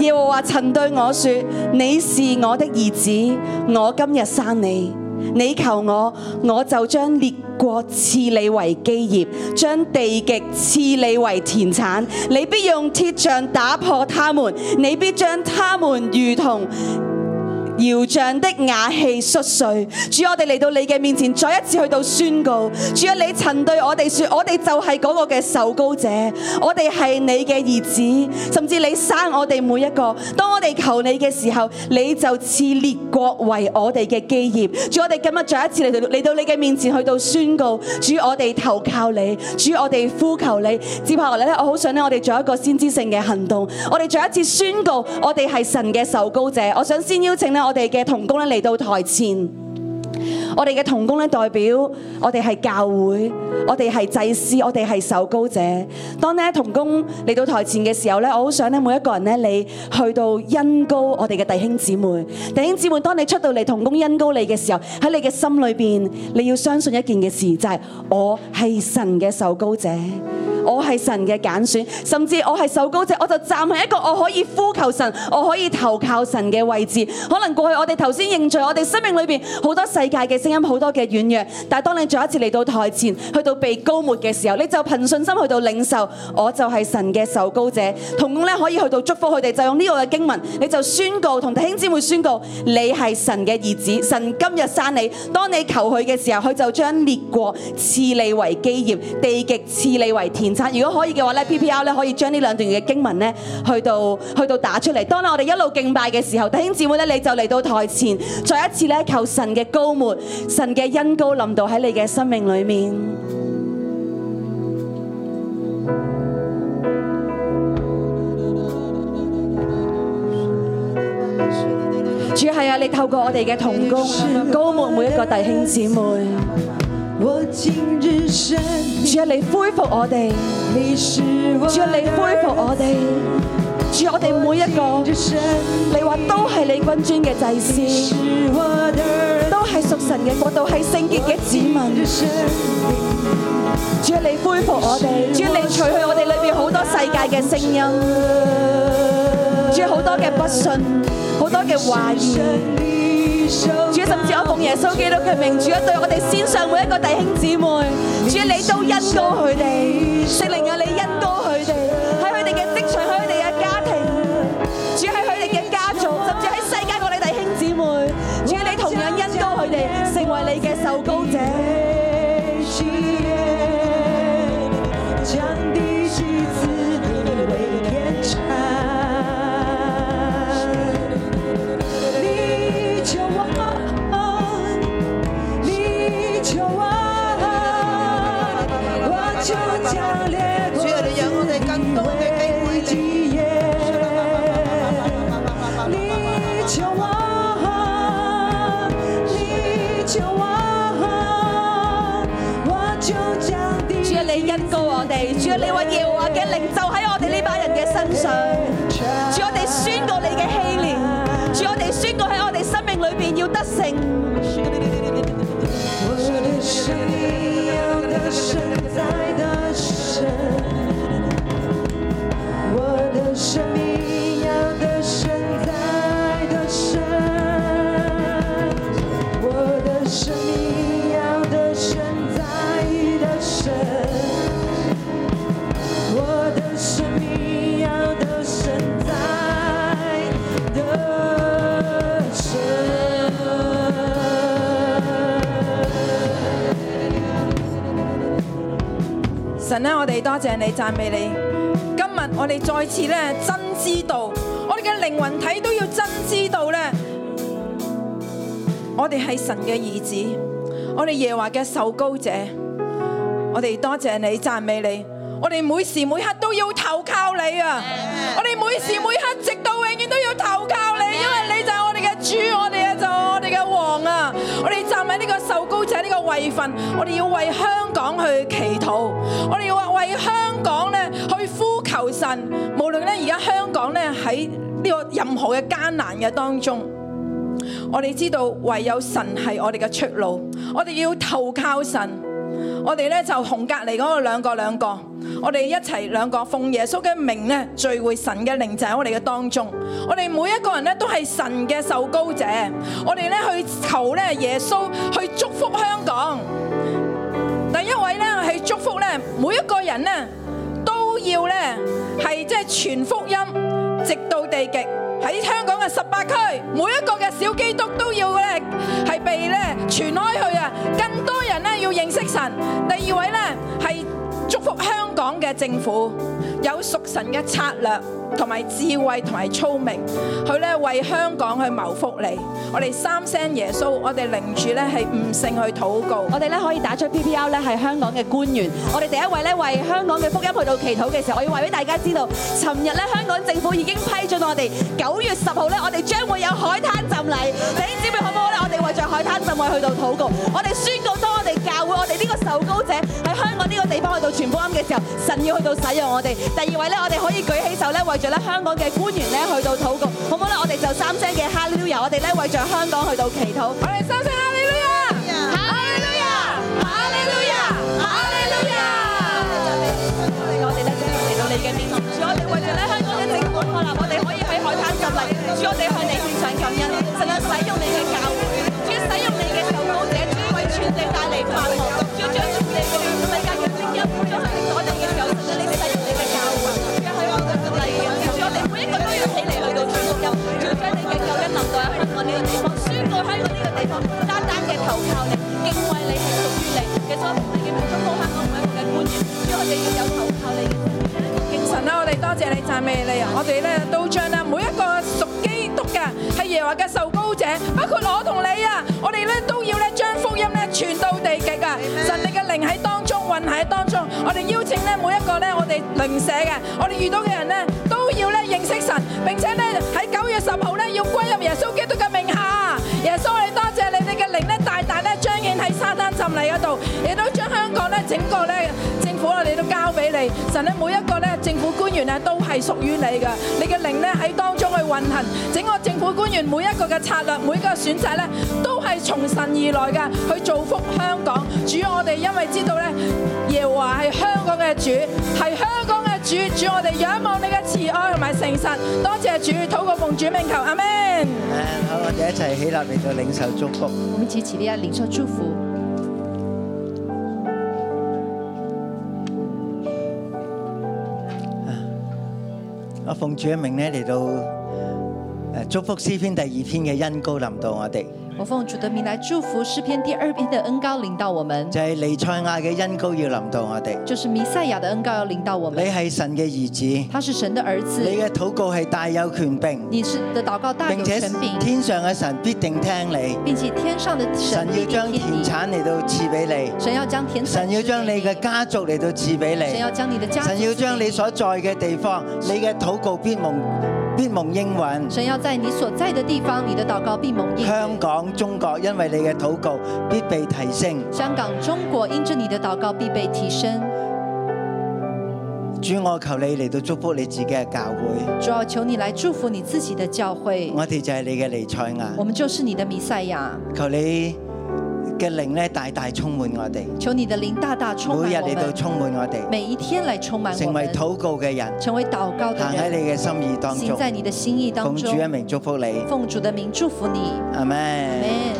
耶和华曾对我说：你是我的儿子，我今日生你。你求我，我就将列国赐你为基业，将地极赐你为田产。你必用铁杖打破他们，你必将他们如同窑匠的瓦器摔碎。主，我哋嚟到你嘅面前，再一次去到宣告。主啊，你曾對我哋說，我哋就係嗰個嘅受高者，我哋係你嘅兒子，甚至你生我哋每一個。當我哋求你嘅時候，你就賜列國為我哋嘅基業。主，我哋今日再一次嚟到嚟到你嘅面前，去到宣告。主，我哋投靠你，主，我哋呼求你。接下來咧，我好想咧，我哋做一個先知性嘅行動，我哋再一次宣告，我哋係神嘅受高者。我想先邀請咧，我哋嘅童工咧嚟到台前。我哋嘅童工咧代表我哋係教會，我哋係祭司，我哋係受高者。當咧童工嚟到台前嘅時候咧，我好想咧每一個人咧，你去到恩高我哋嘅弟兄姊妹，弟兄姊妹，當你出到嚟童工恩高你嘅時候，喺你嘅心裏邊，你要相信一件嘅事，就係、我係神嘅受高者。我係神嘅揀選，甚至我係受膏者，我就站喺一個我可以呼求神，我可以投靠神嘅位置。可能過去我哋頭先認罪，我哋生命裏邊好多世界嘅聲音，好多嘅軟弱。但係當你再一次嚟到台前，去到被高抹嘅時候，你就憑信心去到領受，我就係神嘅受膏者。同工咧可以去到祝福佢哋，就用呢個嘅經文，你就宣告同弟兄姊妹宣告，你係神嘅兒子，神今日生你。當你求佢嘅時候，佢就將列國賜你為基業，地極賜你為田產。如果可以嘅話咧，PPR 咧可以將呢兩段嘅經文咧，去到去到打出嚟。當我哋一路敬拜嘅時候，弟兄姊妹咧，你就嚟到台前，再一次咧求神嘅高門，神嘅恩高臨到喺你嘅生命裏面。主係啊，你透過我哋嘅同工，高滿每一個弟兄姊妹。我今日深主啊，你恢復我哋，你是我主啊，你恢復我哋，主啊，我哋每一個，的神，你話都係你君尊嘅祭司，是我的都係屬神嘅國度，係聖潔嘅子民。神，主啊，你恢復我哋，主啊，你除去我哋裏面好多世界嘅聲音，主啊，好多嘅不信，好多嘅懷疑，你手主啊，甚至我奉耶穌基督嘅名，主啊，對我哋線上每一個弟兄姊妹，主啊，你都恩膏佢哋，聖靈啊，你恩膏佢哋，喺佢哋嘅職場，喺佢哋嘅家庭，主喺佢哋嘅家族，甚至喺世界各地弟兄姊妹，主啊，你同樣恩膏佢哋，成為你嘅受膏者。喜悦，将地基子女为天产。你求我，你求我，我就将列主国啊，你让我哋更多嘅機會为你。基业。你求我，你求我，我就将地主啊，你恩膏我哋，主啊，你話耶和華嘅靈就喺我哋呢班人嘅身上。主，我哋宣告你嘅禧年，主，我哋宣告喺我哋生命裏邊要得勝。我的神，你要的神，在的神，我的生命要的神，在的神，我的生命要的神，在的神，我的生命要的神，在的神。神咧，我哋多謝你，讚美你。今日我哋再次咧真知道，我哋嘅靈魂體都要真知道咧，我哋係神嘅兒子，我哋耶和華嘅受膏者。我哋多謝你，讚美你。我哋每時每刻都要投靠你啊！我哋每時每刻直到永遠都要投靠你，因為你就係我哋嘅主，我哋就係我哋嘅王啊！我哋站喺呢個受高者呢個位份，我哋要為香港去祈禱，我哋要為香港咧去呼求神。無論咧而家香港咧喺呢個任何嘅艱難嘅當中。我哋知道唯有神係我哋嘅出路，我哋要投靠神。我哋咧就紅隔離嗰個兩個兩個，我哋一齊兩個奉耶穌嘅名咧聚會，神嘅靈就喺我哋嘅當中。我哋每一個人咧都係神嘅受膏者，我哋咧去求咧耶穌去祝福香港。第一位咧係祝福咧，每一個人咧都要咧係即係傳福音，直到地極。喺香港嘅十八區，每一個嘅小基督都要咧係被咧傳開去啊！更多人咧要認識神。第二位咧係祝福香港嘅政府有屬神嘅策略。同埋智慧同埋聰明，佢咧為香港去謀福利。我哋三聲耶穌，我哋領住咧係悟性去禱告。我哋咧可以打出 PPR 咧係香港嘅官員，我哋第一位咧為香港嘅福音去到祈禱嘅時候，我要話俾大家知道，尋日咧香港政府已經批准我哋九月十號咧，我哋將會有海灘浸禮。弟兄姊妹好唔好咧？我哋為着海灘浸禮去到禱告，我哋宣告當我哋教會我哋呢個受膏者喺香港呢個地方去到傳福音嘅時候，神要去到使用我哋。第二位咧，我哋可以舉起手咧，為着咧香港嘅官員咧去到禱告，好唔好咧？我哋就三聲嘅哈利路亞，我哋咧為着香港去到祈禱。我哋三聲哈利路亞！哈利路亞，哈利路亞，哈利路亞。我哋赞美你啊！我哋咧都將咧每一個屬基督嘅係耶和華嘅受高者，包括我同你啊！我哋咧都要咧將福音咧傳到地極啊！神你嘅靈喺當中運喺當中，我哋邀請咧每一個咧我哋鄰舍嘅，我哋遇到嘅人咧都要咧認識神，並且咧喺九月十號咧要歸入耶穌基督嘅名下。耶穌，我哋多謝你哋嘅靈咧大大咧彰顯喺沙灘浸禮嗰度，亦都將香港咧整個咧政府我哋都交俾你。神咧每一個咧政府官員咧都係屬於你嘅，你嘅靈咧喺當中去運行，整個政府官員每一個嘅策略、每一個選擇咧都係從神而來嘅，去造福香港。主，我哋因為知道咧耶和華係香港嘅主，係香港嘅主，主我哋仰望你嘅慈愛同埋誠實，多謝主，禱告奉主名求，阿門。好，我哋一齊起立嚟到領受祝福。我们一起起立，领受祝福。我奉主嘅名咧嚟到誒祝福詩篇第二篇嘅恩高臨到我哋，我奉主的名来祝福诗篇第二篇的恩高领到我们，就係、尼賽亞嘅恩高要臨到我哋。就是弥赛亚的恩高要领到我你们。係神嘅兒子，你他是神的儿子，嘅禱告係大有權柄，你是的禱告大並有且权柄，天上嘅神必定聽你。并且天上的神神要必定將听田你。產嚟到賜俾你，神要将田产神要將你赐给嘅家族嚟到賜俾神你要，将你的家，神要將你，所在嘅地方，你嘅禱告必蒙必蒙應允。神要在你所在的地方，你的祷告必蒙应允。香港、中國因為你嘅禱告必被提升。香港、中国因着你的祷告必被提升。主，我求你嚟到祝福你自己嘅教會，主要求你来祝福你自己的教会，我哋就係你嘅尼賽我亞。们就是你的弥赛亚。求你嘅靈咧大大充滿我哋，求你的灵大大充每日满我嚟到们，充滿我哋，每一天来充满我成為们，禱告嘅人，成为祷告的行喺人，你嘅心意當行中。在你的心意当奉主中嘅。名祝福你，奉主的名祝福你，阿阿門。门。